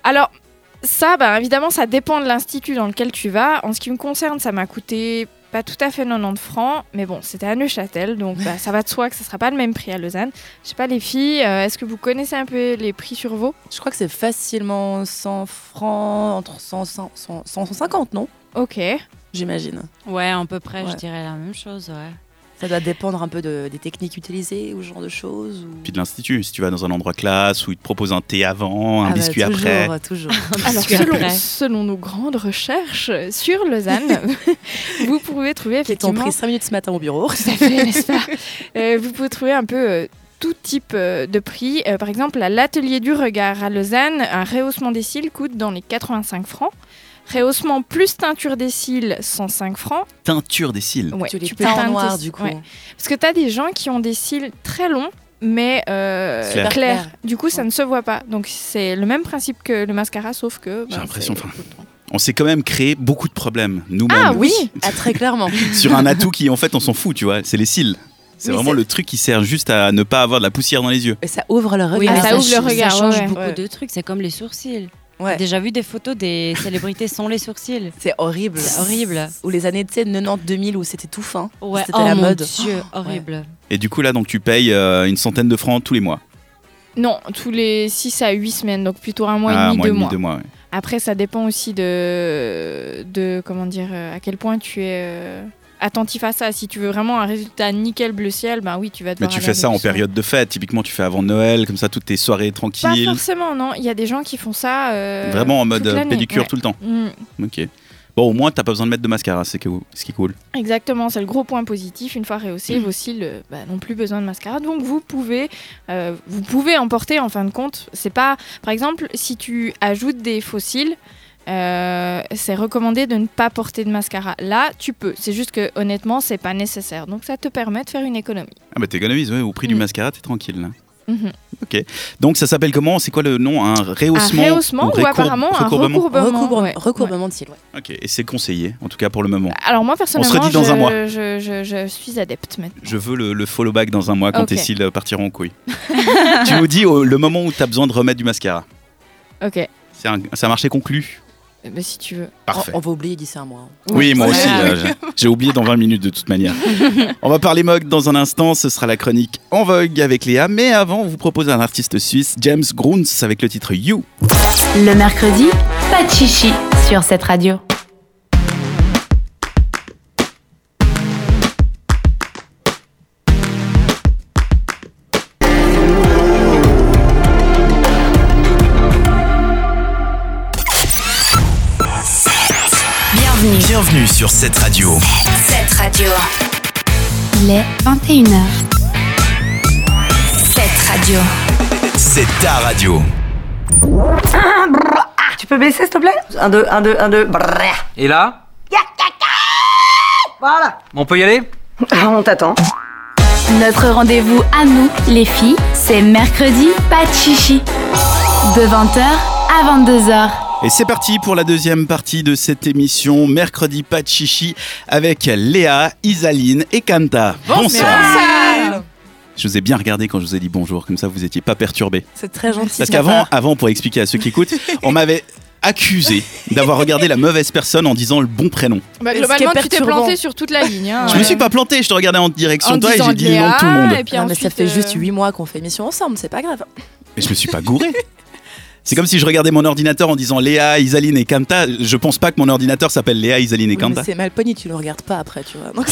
E: Alors, ça, bah, évidemment, ça dépend de l'institut dans lequel tu vas. En ce qui me concerne, ça m'a coûté pas tout à fait 90 francs, mais bon, c'était à Neuchâtel, donc bah, ça va de soi que ça sera pas le même prix à Lausanne. Je sais pas, les filles, euh, est-ce que vous connaissez un peu les prix sur Vaud
D: Je crois que c'est facilement 100 francs, entre 100, 100, 100, 150, non
E: Ok.
D: J'imagine.
C: Ouais, à peu près, je
D: Ouais.
C: dirais la même chose. Ouais.
D: Ça doit dépendre un peu de- des techniques utilisées ou ce genre de choses. Ou...
B: Puis de l'institut. Si tu vas dans un endroit classe où ils te proposent un thé avant, un
D: Ah bah,
B: biscuit après.
D: Toujours, toujours.
E: Alors,
C: Parce que
E: selon,
C: après-
E: selon nos grandes recherches sur Lausanne, vous pouvez trouver
D: Qui t'ont
E: effectivement
D: pris 5 minutes ce matin au bureau.
E: Tout à fait, n'est-ce pas Euh, Vous pouvez trouver un peu euh, tout type euh, de prix. Euh, par exemple, à l'atelier du regard à Lausanne, un rehaussement des cils coûte dans les 85 francs. Rehaussement plus teinture des cils, 105 francs.
B: Teinture des cils.
E: Ouais,
D: tu les
E: teindre
D: teintes en
E: tes-
D: noir, du coup.
E: ouais. Parce que tu as des gens qui ont des cils très longs, mais euh,
B: Clair.
E: clairs.
D: Clair.
E: Du coup, ça
D: Ouais.
E: ne se voit pas. Donc, c'est le même principe que le mascara, sauf que.
B: J'ai
E: bah,
B: l'impression,
E: c'est-
B: enfin, On s'est quand même créé beaucoup de problèmes, nous-mêmes.
E: Ah oui
D: Ah, très clairement.
B: Sur un atout qui, en fait, on s'en fout, tu vois. C'est les cils. C'est
D: Oui,
B: vraiment
D: c'est-
B: le truc qui sert juste à ne pas avoir de la poussière dans les yeux.
D: Et ça ouvre le regard.
E: mais Ah, ça
C: ch-
E: ouvre le regard,
C: Ça change
E: ouais, ouais.
C: beaucoup
D: Ouais.
C: de trucs. C'est comme les sourcils.
D: Ouais.
C: T'as déjà vu des photos des célébrités sans les sourcils
D: C'est horrible.
C: C'est horrible.
D: Ou les années, tu sais, 90-2000 où c'était tout fin.
C: Ouais.
D: C'était
C: oh
D: la
C: mon
D: mode.
C: Dieu, horrible.
B: Et du coup, là, donc, tu payes euh, une centaine de francs tous les mois.
E: Non, tous les 6 à 8 semaines, donc plutôt un mois et
B: Ah,
E: demi,
B: mois
E: deux
B: et demi,
E: mois.
B: deux mois. ouais.
E: Après, ça dépend aussi de, de comment dire, euh, à quel point tu es euh, attentif à ça. Si tu veux vraiment un résultat nickel bleu ciel, ben oui, tu vas.
B: Mais
E: devoir
B: tu
E: aller
B: fais ça
E: avec
B: en période de fête. Typiquement, tu fais avant Noël, comme ça, toutes tes soirées
E: Pas
B: tranquilles.
E: forcément, non. Il y a des gens qui font ça. euh,
B: Vraiment en mode
E: toute
B: euh,
E: l'année,
B: pédicure
E: ouais.
B: tout le temps.
E: Mm,
B: Ok. Bon, au moins, t'as pas besoin de mettre de mascara, c'est que- ce qui est cool.
E: exactement, c'est le gros point positif. Une fois rehaussé,
B: Mm.
E: vos cils bah, n'ont plus besoin de mascara. Donc vous pouvez, euh, vous pouvez emporter en fin de compte. C'est pas, par exemple, si tu ajoutes des faux cils, euh, c'est recommandé de ne pas porter de mascara. Là, tu peux. C'est juste que honnêtement, c'est pas nécessaire. Donc ça te permet de faire une économie.
B: Ah, bah, t'économises, ouais. Au prix du
E: Mm.
B: mascara, t'es tranquille, là.
E: Mhm.
B: Donc, ça s'appelle comment C'est quoi le nom Un
E: Un
B: rehaussement
E: rehaussement ou,
B: recourbe-
E: apparemment un
B: recourbement
E: recourbement.
D: Recourbement,
E: ouais.
D: recourbement de cils, ouais.
B: Ok, et c'est conseillé, en tout cas pour le moment.
E: Ouais. Alors moi personnellement,
B: redit dans
E: je,
B: un mois.
E: Je, je- je suis adepte maintenant.
B: Je veux le, le follow back dans un mois quand
E: Ok.
B: tes cils euh, partiront en couille. tu nous dis au- le moment où t'as besoin de remettre du mascara.
E: Ok, Euh,
B: C'est un, c'est un marché conclu
E: bah, si tu veux.
B: Parfait.
D: On, on va oublier d'ici un mois. hein.
B: Oui, moi aussi.
C: Ah,
B: euh, j'ai- J'ai oublié dans 20 minutes de toute manière. on va parler mode dans un instant. Ce sera la chronique en vogue avec Léa. Mais avant, on vous propose un artiste suisse, James Grunz, avec le titre You.
A: Le mercredi, pas de chichi sur cette radio. Bienvenue,
I: Bienvenue sur cette radio.
A: cette radio. Il est 21h. Cette radio.
I: C'est ta radio.
H: Tu peux baisser, s'il te plaît 1, 2, 1, 2, 1, 2.
G: Et là
H: Voilà.
G: On peut y aller
H: Ah, On t'attend.
A: Notre rendez-vous à nous, les filles, c'est mercredi, pas de chichi. De 20h à 22h.
B: Et c'est parti pour la deuxième partie de cette émission, mercredi pas de chichi, avec Léa, Isaline et Kanta. Bonsoir. Je vous ai bien regardé quand je vous ai dit bonjour, comme ça vous n'étiez pas perturbés.
D: C'est très gentil.
B: Parce
D: de ma
B: qu'avant,
D: part.
B: avant, pour expliquer à ceux qui écoutent, on m'avait accusé d'avoir regardé la mauvaise personne en disant le bon prénom.
E: Bah,
D: Et ce qui est
E: globalement, tu t'es
D: perturbant.
E: planté sur toute la ligne. hein.
B: Je me suis pas planté, je te regardais en direction
E: En
B: de toi et
E: disant
B: j'ai dit le nom de
E: Léa,
B: tout le monde.
E: Et puis
D: Non, mais ça
E: ensuite,
D: fait juste
E: euh,
D: 8 mois qu'on fait émission ensemble, c'est pas grave.
B: Mais je me suis pas gouré. C'est comme si je regardais mon ordinateur en disant Léa, Isaline et Kanta. Je pense pas que mon ordinateur s'appelle Léa, Isaline et
D: Oui, mais
B: Kanta.
D: c'est mal pogné, tu le regardes pas après, tu vois. Donc,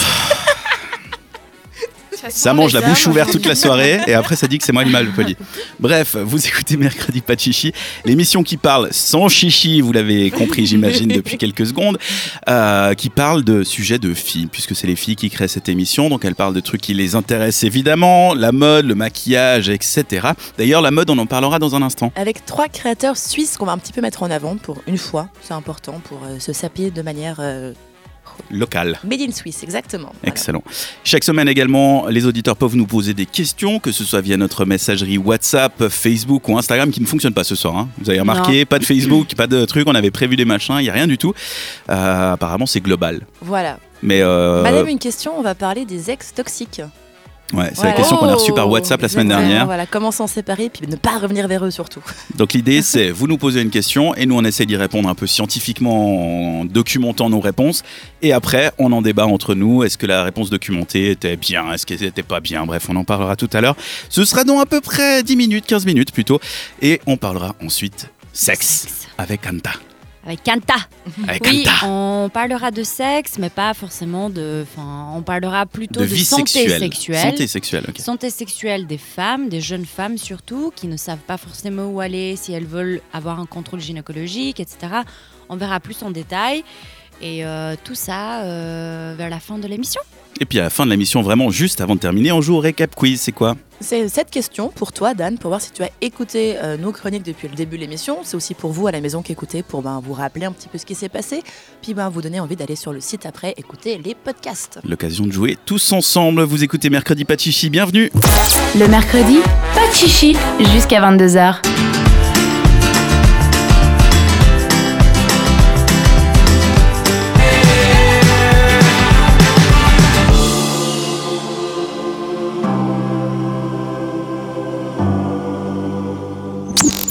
B: Ça mange la bouche ouverte toute la soirée et après ça dit que c'est moi le mal poli. Bref, vous écoutez Mercredi Pas de Chichi, l'émission qui parle sans chichi, vous l'avez compris j'imagine depuis quelques secondes, euh, qui parle de sujets de filles, puisque c'est les filles qui créent cette émission, donc elles parlent de trucs qui les intéressent évidemment, la mode, le maquillage, etc. D'ailleurs la mode on en parlera dans un instant.
D: Avec trois créateurs suisses qu'on va un petit peu mettre en avant pour une fois, c'est important pour euh, se saper de manière euh,
B: Local.
D: made in Suisse, exactement. Voilà.
B: Excellent. Chaque semaine également, les auditeurs peuvent nous poser des questions, que ce soit via notre messagerie WhatsApp, Facebook ou Instagram, qui ne fonctionne pas ce soir. hein. Vous avez remarqué, pas de Facebook, pas de truc, on avait prévu des machins, il n'y a rien du tout. Euh, apparemment, c'est global.
D: Voilà.
B: Mais euh,
D: Madame, une question, on va parler des ex toxiques.
B: ouais, c'est
D: voilà.
B: la question qu'on a reçue par
E: Oh,
B: WhatsApp la semaine
D: Exactement,
B: dernière.
D: Voilà, comment s'en séparer puis ne pas revenir vers eux surtout.
B: Donc l'idée, c'est vous nous posez une question et nous on essaie d'y répondre un peu scientifiquement en documentant nos réponses. Et après, on en débat entre nous. Est-ce que la réponse documentée était bien Est-ce qu'elle n'était pas bien Bref, on en parlera tout à l'heure. Ce sera dans à peu près 10 minutes, 15 minutes plutôt. Et on parlera ensuite sexe avec Anta.
C: Avec Kanta.
B: Avec
C: Oui,
B: Anta.
C: on parlera de sexe, mais pas forcément de. Enfin, on parlera plutôt
B: De
C: de,
B: vie
C: santé
B: sexuelle.
C: sexuelle.
B: Santé sexuelle, ok.
C: Santé sexuelle des femmes, des jeunes femmes surtout, qui ne savent pas forcément où aller, si elles veulent avoir un contrôle gynécologique, etc. On verra plus en détail. Et euh, tout ça euh, vers la fin de l'émission.
B: Et puis à la fin de la mission, vraiment juste avant de terminer, on joue au récap quiz. C'est quoi
D: C'est cette question pour toi, Dan, pour voir si tu as écouté euh, nos chroniques depuis le début de l'émission. C'est aussi pour vous à la maison qui écoutez, pour ben, vous rappeler un petit peu ce qui s'est passé, puis ben, vous donner envie d'aller sur le site après écouter les podcasts.
B: L'occasion de jouer tous ensemble. Vous écoutez Mercredi Pachichi, bienvenue
A: Le mercredi, pas de chichi jusqu'à 22h.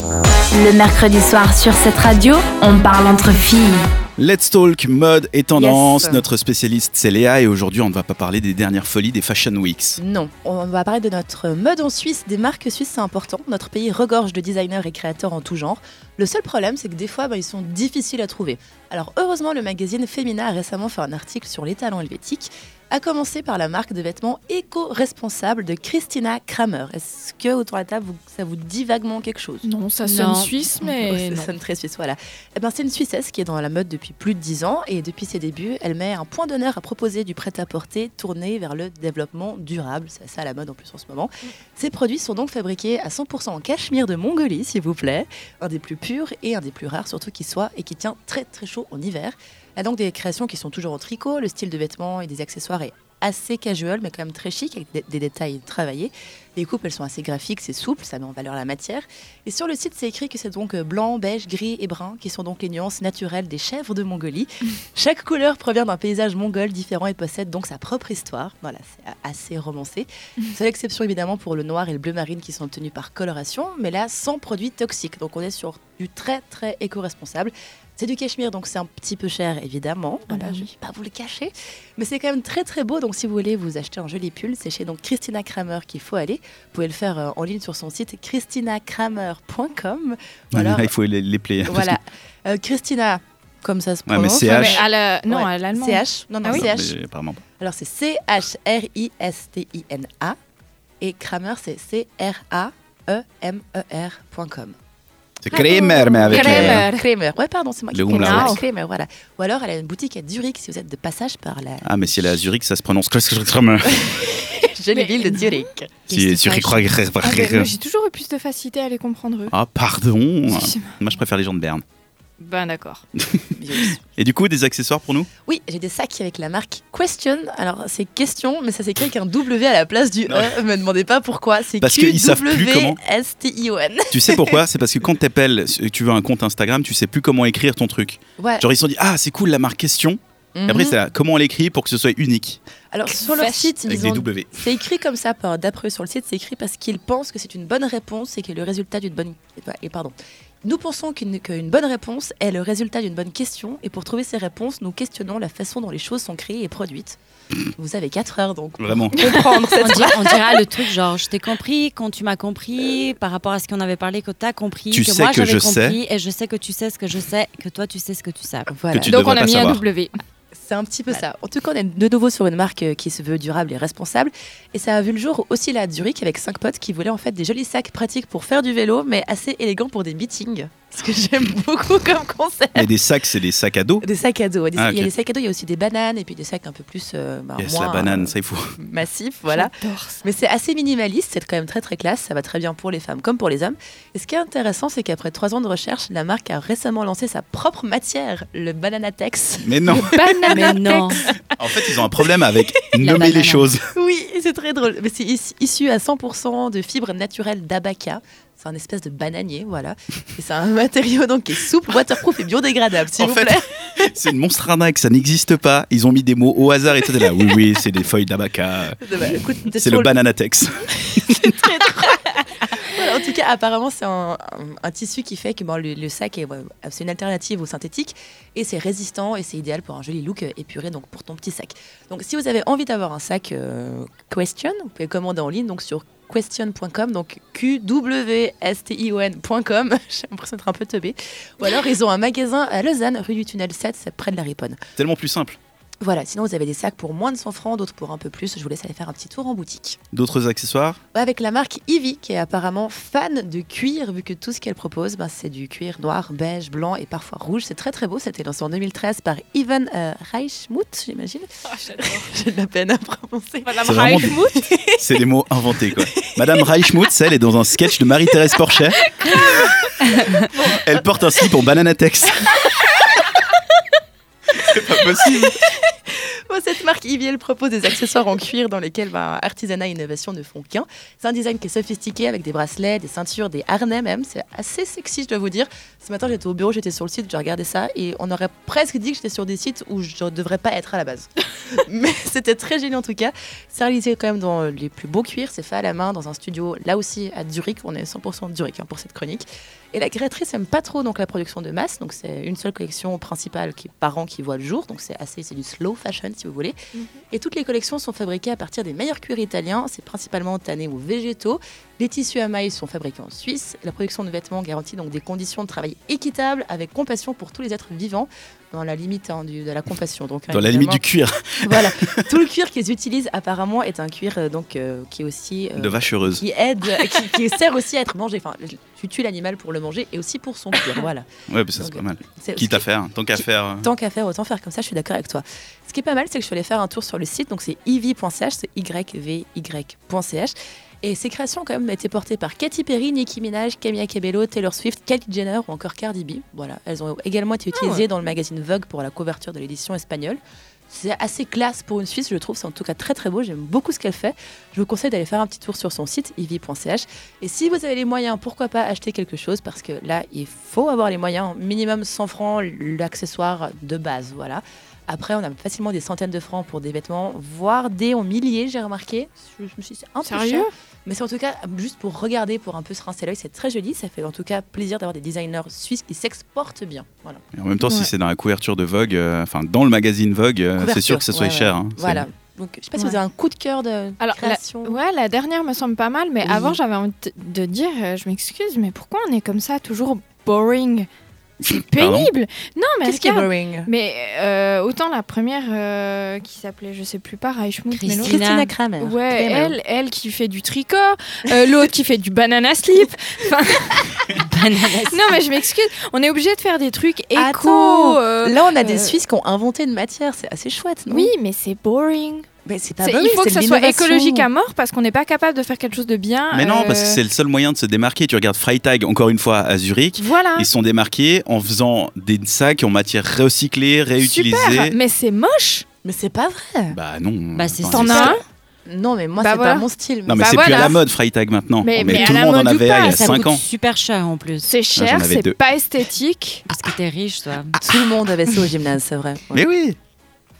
A: Le mercredi soir sur cette radio, on parle entre filles.
B: Let's Talk mode et tendance.
D: Yes.
B: Notre spécialiste c'est Léa et aujourd'hui on ne va pas parler des dernières folies des Fashion Weeks.
D: Non, on va parler de notre mode en Suisse, des marques suisses, c'est important. Notre pays regorge de designers et créateurs en tout genre. Le seul problème, c'est que des fois, ben, ils sont difficiles à trouver. Alors heureusement, le magazine Femina a récemment fait un article sur les talents helvétiques, à commencer par la marque de vêtements éco-responsable de Christina Kramer. Est-ce que autour de la table, vous- ça vous dit vaguement quelque chose
E: Non, ça sonne
C: Non.
E: suisse, mais.
D: ça
E: non.
D: sonne très suisse, voilà. Eh ben, c'est une Suissesse qui est dans la mode depuis plus de 10 ans et depuis ses débuts, elle met un point d'honneur à proposer du prêt-à-porter tourné vers le développement durable. C'est ça la mode en plus en ce moment. Ces produits sont donc fabriqués à 100% en cachemire de Mongolie, s'il vous plaît. Un des plus purs et un des plus rares, surtout qui soit et qui tient très très chaud en hiver. Elle a donc des créations qui sont toujours en tricot, le style de vêtements et des accessoires est assez casual mais quand même très chic avec des, des détails travaillés. Les coupes elles sont assez graphiques, c'est souple, ça met en valeur la matière. Et sur le site, c'est écrit que c'est donc euh, blanc, beige, gris et brun, qui sont donc les nuances naturelles des chèvres de Mongolie. Chaque couleur provient d'un paysage mongol différent et possède donc sa propre histoire. Voilà, c'est a- assez romancé. Seule exception évidemment pour le noir et le bleu marine qui sont obtenus par coloration, mais là sans produits toxiques. Donc on est sur du très très éco-responsable. C'est du cachemire, donc c'est un petit peu cher évidemment. Voilà, je ne vais pas vous le cacher. Mais c'est quand même très très beau, donc si vous voulez vous acheter un joli pull, c'est chez donc Christina Kramer qu'il faut aller. Vous pouvez le faire euh, en ligne sur son site christinakramer.com. Ou alors,
B: il faut les, les player.
D: voilà. Euh, Christina, comme ça se
B: Ouais, mais
D: prononce.
B: c'est
E: Ouais,
B: H.
E: mais à la- Non,
D: Ouais.
E: à l'allemand.
D: CH. Non, non,
E: Ah oui.
D: CH.
B: Mais apparemment pas.
D: Alors c'est C-H-R-I-S-T-I-N-A et Kramer c'est E C-R-A-E-M-E-R.com.
B: C'est Kramer, mais avec. euh,
E: Kramer.
D: Kramer, ouais pardon, c'est moi qui
B: Le
D: ai
B: umlaut,
D: prononcé.
E: ouais.
D: Kramer, voilà. Ou alors elle a une boutique à Zurich si vous êtes de passage par la
B: Ah, mais si elle est à Zurich, ça se prononce Kramer.
D: jolie
E: Mais-
D: ville de Zurich.
B: Si
C: Qu'est-ce que
B: Zurich,
C: ça
E: Ah, ben, moi,
B: Kramer.
E: J'ai toujours eu plus de facilité à les comprendre eux.
B: Ah, pardon.
E: Si, si.
B: Moi, je préfère les gens de Berne.
D: Bah,
E: Ben d'accord.
B: Et du coup, des accessoires pour nous
D: Oui, j'ai des sacs avec la marque Question. Alors c'est question, mais ça s'écrit avec un W à la place du
B: Non.
D: E. Me demandez pas pourquoi. C'est
B: Parce qu'ils savent plus comment.
D: Q-W-S-T-I-O-N.
B: Tu sais pourquoi C'est parce que quand t'appelles, euh, tu veux un compte Instagram, tu sais plus comment écrire ton truc.
D: Ouais.
B: Genre, ils se sont dit, ah, c'est cool la marque question. Et après,
D: Mhm.
B: c'est là, comment l'écrire pour que ce soit unique
D: Alors sur leur site,
B: Avec
D: ils
B: des
D: ont
B: W.
D: C'est écrit comme ça, par- d'après eux sur le site, c'est écrit parce qu'ils pensent que c'est une bonne réponse et que le résultat d'une bonne. Et pardon. Nous pensons qu'une qu'une bonne réponse est le résultat d'une bonne question et pour trouver ces réponses, nous questionnons la façon dont les choses sont créées et produites. Vous avez 4 heures donc.
B: Vraiment.
D: Comprendre
C: On dira, on dira le truc genre je t'ai compris quand tu m'as compris par rapport à ce qu'on avait parlé que t'as compris
B: Tu
C: que
B: sais
C: moi
B: que
C: j'avais
B: je
C: compris et je sais que tu sais ce que je sais que toi tu sais ce que tu sais.
D: Voilà.
B: Tu
E: Donc on
B: devrais
E: a
B: pas
E: mis
B: savoir.
E: un W.
D: C'est un petit peu ça. En tout cas, on est de nouveau sur une marque euh, qui se veut durable et responsable. Et ça a vu le jour aussi là à Zurich avec cinq potes qui voulaient en fait des jolis sacs pratiques pour faire du vélo, mais assez élégants pour des meetings. Ce que j'aime beaucoup comme concept.
B: Et des sacs, c'est des sacs à dos.
D: Des sacs à dos. ouais, des-
B: Ah,
D: Il y a
B: ok.
D: des sacs à dos, il y a aussi des bananes et puis des sacs un peu plus euh, bah,
B: Yes,
D: moins
B: la banane, ça il faut.
D: euh, massifs, voilà.
E: J'adore ça.
D: Mais c'est assez minimaliste, c'est quand même très très classe, ça va très bien pour les femmes comme pour les hommes. Et ce qui est intéressant, c'est qu'après trois ans de recherche, la marque a récemment lancé sa propre matière, le Bananatex.
B: Mais non,
C: Mais
E: Banana
C: non.
B: en fait, ils ont un problème avec nommer les
C: banane.
B: choses.
D: Oui, c'est très drôle. Mais c'est is- issu à 100% de fibres naturelles d'abaca. C'est un espèce de bananier, voilà. Et c'est un matériau donc qui est souple, waterproof et biodégradable, s'il
B: En
D: vous
B: fait,
D: plaît.
B: C'est une monstre arnaque, ça n'existe pas. Ils ont mis des mots au hasard et tout. t'es Là, oui, oui, c'est des feuilles d'abaca.
D: Bah, écoute, t'es
B: C'est
D: sur
B: le bananatex.
D: Voilà, en tout cas, apparemment, c'est un, un- un tissu qui fait que bon, le, le sac est ouais, c'est une alternative au synthétique et c'est résistant et c'est idéal pour un joli look euh, épuré, donc pour ton petit sac. Donc, si vous avez envie d'avoir un sac euh, Question, vous pouvez commander en ligne donc sur question.com, donc Q-W-S-T-I-O-N.com. J'ai l'impression d'être un peu teubé. Ou alors, ils ont un magasin à Lausanne, rue du Tunnel 7, c'est près de la Riponne.
B: Tellement plus simple.
D: Voilà, sinon, vous avez des sacs pour moins de 100 francs, d'autres pour un peu plus. Je vous laisse aller faire un petit tour en boutique
B: D'autres accessoires
D: avec la marque Ivy, qui est apparemment fan de cuir, vu que tout ce qu'elle propose, ben, c'est du cuir noir, beige, blanc et parfois rouge. C'est très très beau. C'était lancé en 2013 par Ivan euh, Reichmuth, j'imagine. J'ai de la peine à prononcer.
E: Madame
B: C'est vraiment-
E: Reichmuth,
B: C'est des mots inventés, quoi. Madame Reichmuth, elle est dans un sketch de Marie-Thérèse Porchet. Elle porte un slip en bananatex. C'est pas possible.
D: Bon, cette marque Ivy, elle propose des accessoires en cuir dans lesquels ben, artisanat et innovation ne font qu'un. C'est un design qui est sophistiqué avec des bracelets, des ceintures, des harnais même. C'est assez sexy, je dois vous dire. Ce matin, j'étais au bureau, j'étais sur le site, j'ai regardé ça et on aurait presque dit que j'étais sur des sites où je ne devrais pas être à la base. Mais c'était très génial en tout cas. C'est réalisé quand même dans euh, les plus beaux cuirs. C'est fait à la main dans un studio, là aussi à Zurich. On est 100% Zurich hein, pour cette chronique. Et la créatrice aime pas trop donc la production de masse. Donc c'est une seule collection principale qui, par an qui voit le jour. Donc c'est assez, c'est du slow fashion si vous voulez. Et toutes les collections sont fabriquées à partir des meilleurs cuirs italiens. C'est principalement tanné ou végétaux. Les tissus à mailles sont fabriqués en Suisse. La production de vêtements garantit donc des conditions de travail équitables avec compassion pour tous les êtres vivants dans la limite hein, du- de la compassion. Donc hein,
B: Dans la limite du
D: évidemment,
B: cuir
D: voilà, tout le cuir qu'ils utilisent apparemment est un cuir euh, donc euh, qui est aussi euh,
B: de vache heureuse.
D: qui aide, qui, qui sert aussi à être mangé. Enfin, tu tues l'animal pour le manger et aussi pour son cuir. Voilà.
B: Ouais, mais ça c'est pas mal.
D: C'est-
B: Quitte à faire, tant qu'à faire. euh,
D: Tant qu'à faire, autant faire comme ça, je suis d'accord avec toi. Ce qui est pas mal, c'est que je suis allée faire un tour sur le site, donc c'est ivy.ch, c'est yvy.ch. Et ces créations ont quand même été portées par Katy Perry, Nicki Minaj, Camila Cabello, Taylor Swift, Kylie Jenner ou encore Cardi B. Voilà, elles ont également été utilisées dans le magazine Vogue pour la couverture de l'édition espagnole. C'est assez classe pour une Suisse, je trouve. C'est en tout cas très très beau. J'aime beaucoup ce qu'elle fait. Je vous conseille d'aller faire un petit tour sur son site ivy.ch. Et si vous avez les moyens, pourquoi pas acheter quelque chose Parce que là, il faut avoir les moyens. Minimum 100 francs, l'accessoire de base. Voilà. Après, on a facilement des centaines de francs pour des vêtements, voire des en milliers, j'ai remarqué. Je me suis dit, c'est un peu cher.
E: Sérieux
D: Mais c'est en tout cas juste pour regarder, pour un peu se rincer l'œil. C'est très joli. Ça fait en tout cas plaisir d'avoir des designers suisses qui s'exportent bien. Voilà.
B: Et en même temps, si
E: Ouais.
B: c'est dans la couverture de Vogue, euh, enfin dans le magazine Vogue, euh, c'est
D: Couverture,
B: sûr que ça soit
D: ouais,
B: cher. hein. C'est-
D: Voilà. Donc, je sais pas si vous
E: Ouais.
D: avez un coup de cœur de
E: Alors, la-
D: création.
E: Ouais, la dernière me semble pas mal, mais
D: Oui.
E: avant j'avais envie de- de dire, euh, je m'excuse, mais pourquoi on est comme ça, toujours boring C'est
B: Pardon
E: pénible Non, mais
D: Qu'est-ce qui est
E: regarde,
D: boring
E: mais euh, autant la première euh, qui s'appelait, je sais plus pas, Reichmuth, mais l'autre-
D: Christina Kramer.
E: Ouais,
D: Kramer.
E: elle, elle qui fait du tricot, euh, l'autre qui fait du banana slip. Enfin, non, mais je m'excuse, on est obligé de faire des trucs éco.
D: Attends,
E: euh,
D: Là, on a des
E: euh,
D: Suisses qui ont inventé une matière, c'est assez chouette, non
E: Oui, mais c'est boring.
D: mais c'est pas
E: C'est-
D: boring,
E: il faut
D: Bah c'est
E: que
D: de
E: ça soit
D: l'innovation.
E: écologique à mort parce qu'on n'est pas capable de faire quelque chose de bien.
B: Mais non, parce que
E: euh,
B: c'est le seul moyen de se démarquer. Tu regardes Freitag, encore une fois, à Zurich.
E: Voilà.
B: Ils sont démarqués en faisant des sacs en matière recyclée, réutilisée.
E: Super, mais c'est moche.
D: Mais c'est pas vrai.
B: Bah non.
C: Bah, c'est
B: Enfin,
E: T'en as un
D: Non, mais moi,
E: Bah
D: c'est
E: voilà.
D: pas mon style.
B: Non, mais
E: Bah
B: c'est plus à
E: voilà.
B: la mode Freitag maintenant.
E: Mais- mais
B: tout le
E: à la
B: monde en
E: mode ou
B: avait
E: pas,
B: un il y a
E: ça
B: 5
C: coûte
B: ans.
C: super cher en plus.
E: C'est
B: Ah, j'en
E: cher,
B: avais deux.
E: c'est pas esthétique.
C: Parce que t'es riche, toi.
D: Tout le monde avait ça au gymnase, c'est vrai. Ouais.
B: Mais oui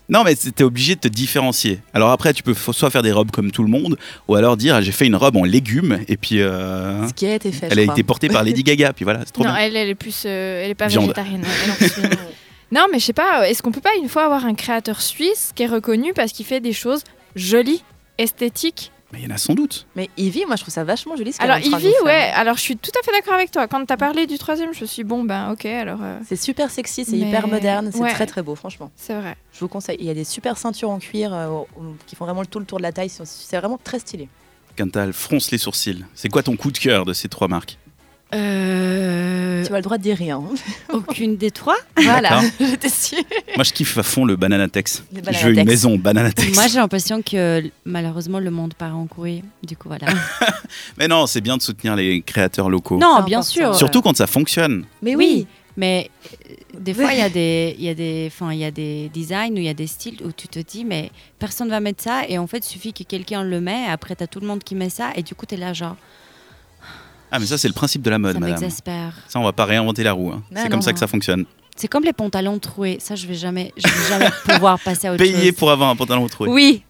B: non mais c'était obligé de te différencier. Alors après tu peux f- soit faire des robes comme tout le monde, ou alors dire ah, j'ai fait une robe en légumes et puis euh,
D: Ce qui a été fait,
B: elle
D: je
B: a
D: crois.
B: été portée par Lady Gaga puis voilà c'est trop
E: Non,
B: bien.
E: elle, elle est plus, euh, elle est pas
B: Viande.
E: végétarienne. elle en suit. non, mais je sais pas. Est-ce qu'on peut pas une fois avoir un créateur suisse qui est reconnu parce qu'il fait des choses jolies, esthétiques
B: Mais il y en a sans doute.
D: Mais Ivy, moi je trouve ça vachement joli. ce qu'elle
E: Alors,
D: est en train de
E: Ivy,
D: nous faire.
E: ouais, alors je suis tout à fait d'accord avec toi. Quand t'as parlé du troisième, je me suis dit, bon, ben ok, alors euh,
D: C'est super sexy, c'est
E: Mais-
D: hyper moderne, c'est
E: ouais.
D: très très beau, franchement.
E: c'est vrai.
D: Je vous conseille. Il y a des super ceintures en cuir euh, au- au- qui font vraiment le tout le tour de la taille. C'est- C'est vraiment très stylé.
B: Quintal, fronce les sourcils. C'est quoi ton coup de cœur de ces trois marques
C: Euh,
D: Tu as le droit de dire rien.
C: Ah, aucune des trois
D: voilà,
B: D'accord.
D: j'étais sûre.
B: Moi, je kiffe à fond le Bananatex. Je
D: Le
B: veux une
D: Bananatex.
B: maison Bananatex.
C: Moi, j'ai l'impression que malheureusement, le monde part en couille. Du coup, voilà.
B: Ah. Mais non, c'est bien de soutenir les créateurs locaux.
C: non, euh,
D: C'est
C: bien
D: important.
C: sûr.
B: hein.
C: Eh
B: Surtout quand ça fonctionne.
D: Mais
C: Oui,
D: oui,
C: mais euh, des fois, il y a des, il y a des, enfin, il y a des designs ou il y a des styles où tu te dis, mais personne va mettre ça. Et en fait, suffit que quelqu'un le met. Après, t'as tout le monde qui met ça. Et du coup, t'es là, genre,
B: Ah, mais ça, c'est le principe de la mode,
C: ça
B: madame.
C: m'exaspère.
B: Ça, on va pas réinventer la roue. hein.
D: Non,
B: C'est
D: non,
B: comme ça
D: non.
B: que ça fonctionne.
C: C'est comme les pantalons troués. Ça, je vais jamais, je vais jamais pouvoir passer à autre
B: Payer
C: chose.
B: pour avoir un pantalon troué.
C: Oui,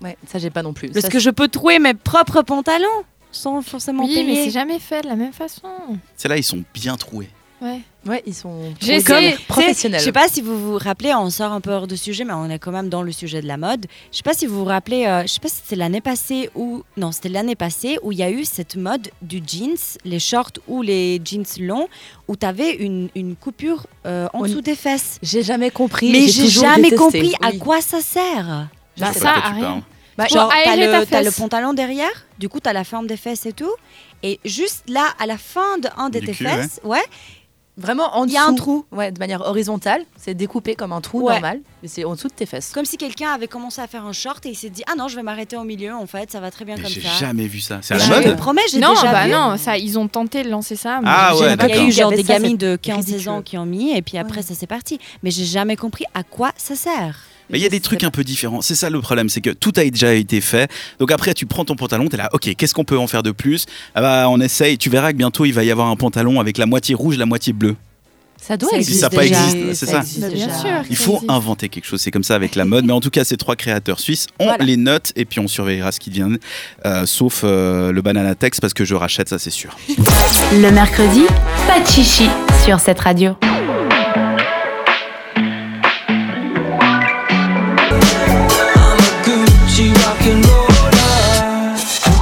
D: Ouais, ça j'ai pas non plus.
C: parce
D: Ça,
C: que je peux trouer mes propres pantalons sans forcément
E: Oui, mais
C: payer.
E: c'est jamais fait de la même façon.
B: Celles-là, ils sont bien troués.
E: Ouais.
D: c'est- ouais, ils sont
E: J'ai
D: pro-
E: essayé,
D: comme
C: Tu sais,
D: professionnels.
C: Je sais pas si vous vous rappelez, on sort un peu hors de sujet, mais on est quand même dans le sujet de la mode. Je sais pas si vous vous rappelez, euh, je sais pas si c'était l'année passée ou non, c'était l'année passée où il y a eu cette mode du jeans, les shorts ou les jeans longs, où tu avais une, une coupure euh, en
D: Oui.
C: dessous des fesses.
D: J'ai jamais compris.
C: mais
D: j'ai
C: j'ai
D: toujours
C: jamais
D: détesté.
C: compris à
D: Oui.
C: quoi ça sert.
B: Je sais
E: ça,
B: pas de quoi tu
E: rien.
B: parles.
D: Bah,
E: Pour
C: Genre, t'as
E: aérer
C: le,
E: ta
C: t'as le
E: fesse.
C: pantalon derrière, du coup, t'as la forme des fesses et tout. Et juste là, à la fin de un des
B: Du
C: tes
B: cul,
C: fesses, ouais,
D: Vraiment en
C: il
D: dessous.
C: y a un trou.
D: Ouais, de manière horizontale, c'est découpé comme un trou
C: Ouais.
D: normal, mais c'est en dessous de tes fesses.
C: Comme si quelqu'un avait commencé à faire un short et il s'est dit Ah non, je vais m'arrêter au milieu, en fait, ça va très bien
B: Mais
C: comme
B: J'ai
C: ça.
B: jamais vu ça. C'est à
C: Je
B: la
D: Jamais.
C: te
B: mode
C: promets, j'ai
E: Non,
C: déjà
E: bah
C: vu.
E: non, ça, ils ont tenté de lancer ça. Mais
B: Ah ouais,
E: j'ai pas
C: Il y a
B: d'accord.
C: eu
D: Il y
C: genre
D: avait
C: des
D: ça,
C: gamines
D: c'est
C: de 15-16 ans
D: ridicule.
C: qui ont mis et puis après ça c'est parti. Mais j'ai jamais compris à quoi ça sert.
B: Mais il y a des trucs un peu différents. C'est ça le problème, c'est que tout a déjà été fait. Donc après, tu prends ton pantalon, t'es là, ok, qu'est-ce qu'on peut en faire de plus Ah bah, on essaye. Tu verras que bientôt, il va y avoir un pantalon avec la moitié rouge, la moitié bleue.
D: Ça doit
C: Ça
D: exister.
B: Si ça pas
D: déjà.
B: existe, c'est ça.
D: existe
E: Bah, bien
D: déjà.
E: sûr.
B: Il
E: Ça
B: faut
E: existe.
B: inventer quelque chose. C'est comme ça avec la mode. Mais en tout cas, ces trois créateurs suisses, on
D: Voilà.
B: les note et puis on surveillera ce qu'ils deviennent. Euh, sauf euh, le banana text parce que je rachète, ça c'est sûr.
A: Le mercredi, pas de chichi sur cette radio.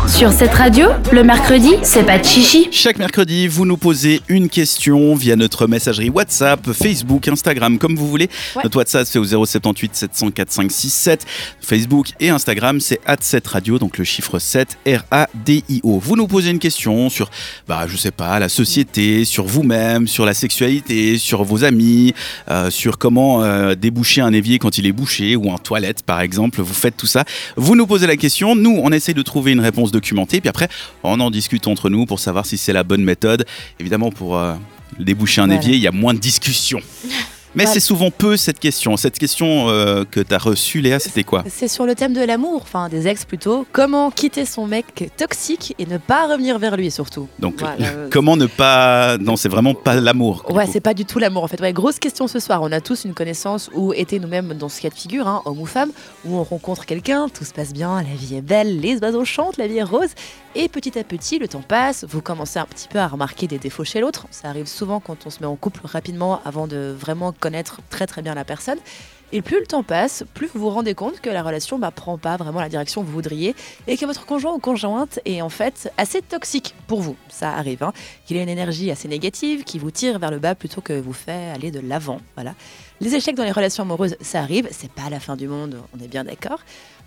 A: Sur cette radio, le mercredi, c'est pas de chichi.
B: Chaque mercredi, vous nous posez une question via notre messagerie WhatsApp, Facebook, Instagram, comme vous voulez.
D: Ouais.
B: Notre WhatsApp, c'est au 078 704 567. Facebook et Instagram, c'est at 7 radio, donc le chiffre 7, R-A-D-I-O. Vous nous posez une question sur, bah, je sais pas, la société, sur vous-même, sur la sexualité, sur vos amis, euh, sur comment euh, déboucher un évier quand il est bouché ou en toilette, par exemple. Vous faites tout ça. Vous nous posez la question. Nous, on essaye de trouver une réponse documentée. Puis après, on en discute entre nous pour savoir si c'est la bonne méthode. Évidemment, pour euh, déboucher un
D: Voilà.
B: évier, il y a moins de discussion. Mais
D: Voilà.
B: c'est souvent peu cette question. Cette question euh, que tu as reçue, Léa, c'était quoi
D: C'est sur le thème de l'amour, enfin des ex plutôt. Comment quitter son mec toxique et ne pas revenir vers lui surtout.
B: Donc,
D: Voilà.
B: euh, comment ne pas. Non, c'est vraiment pas l'amour. du
D: Ouais,
B: coup.
D: c'est pas du tout l'amour en fait. Ouais, grosse question ce soir. On a tous une connaissance ou été nous-mêmes dans ce cas de figure, hein, homme ou femme, où on rencontre quelqu'un, tout se passe bien, la vie est belle, les oiseaux chantent, la vie est rose. Et petit à petit, le temps passe, vous commencez un petit peu à remarquer des défauts chez l'autre. Ça arrive souvent quand on se met en couple rapidement avant de vraiment connaître très très bien la personne. Et plus le temps passe, plus vous vous rendez compte que la relation ne prend pas vraiment la direction que vous voudriez et que votre conjoint ou conjointe est en fait assez toxique pour vous. Ça arrive. hein qu'il a une énergie assez négative qui vous tire vers le bas plutôt que vous fait aller de l'avant. Voilà. Les échecs dans les relations amoureuses, ça arrive, c'est pas la fin du monde, on est bien d'accord.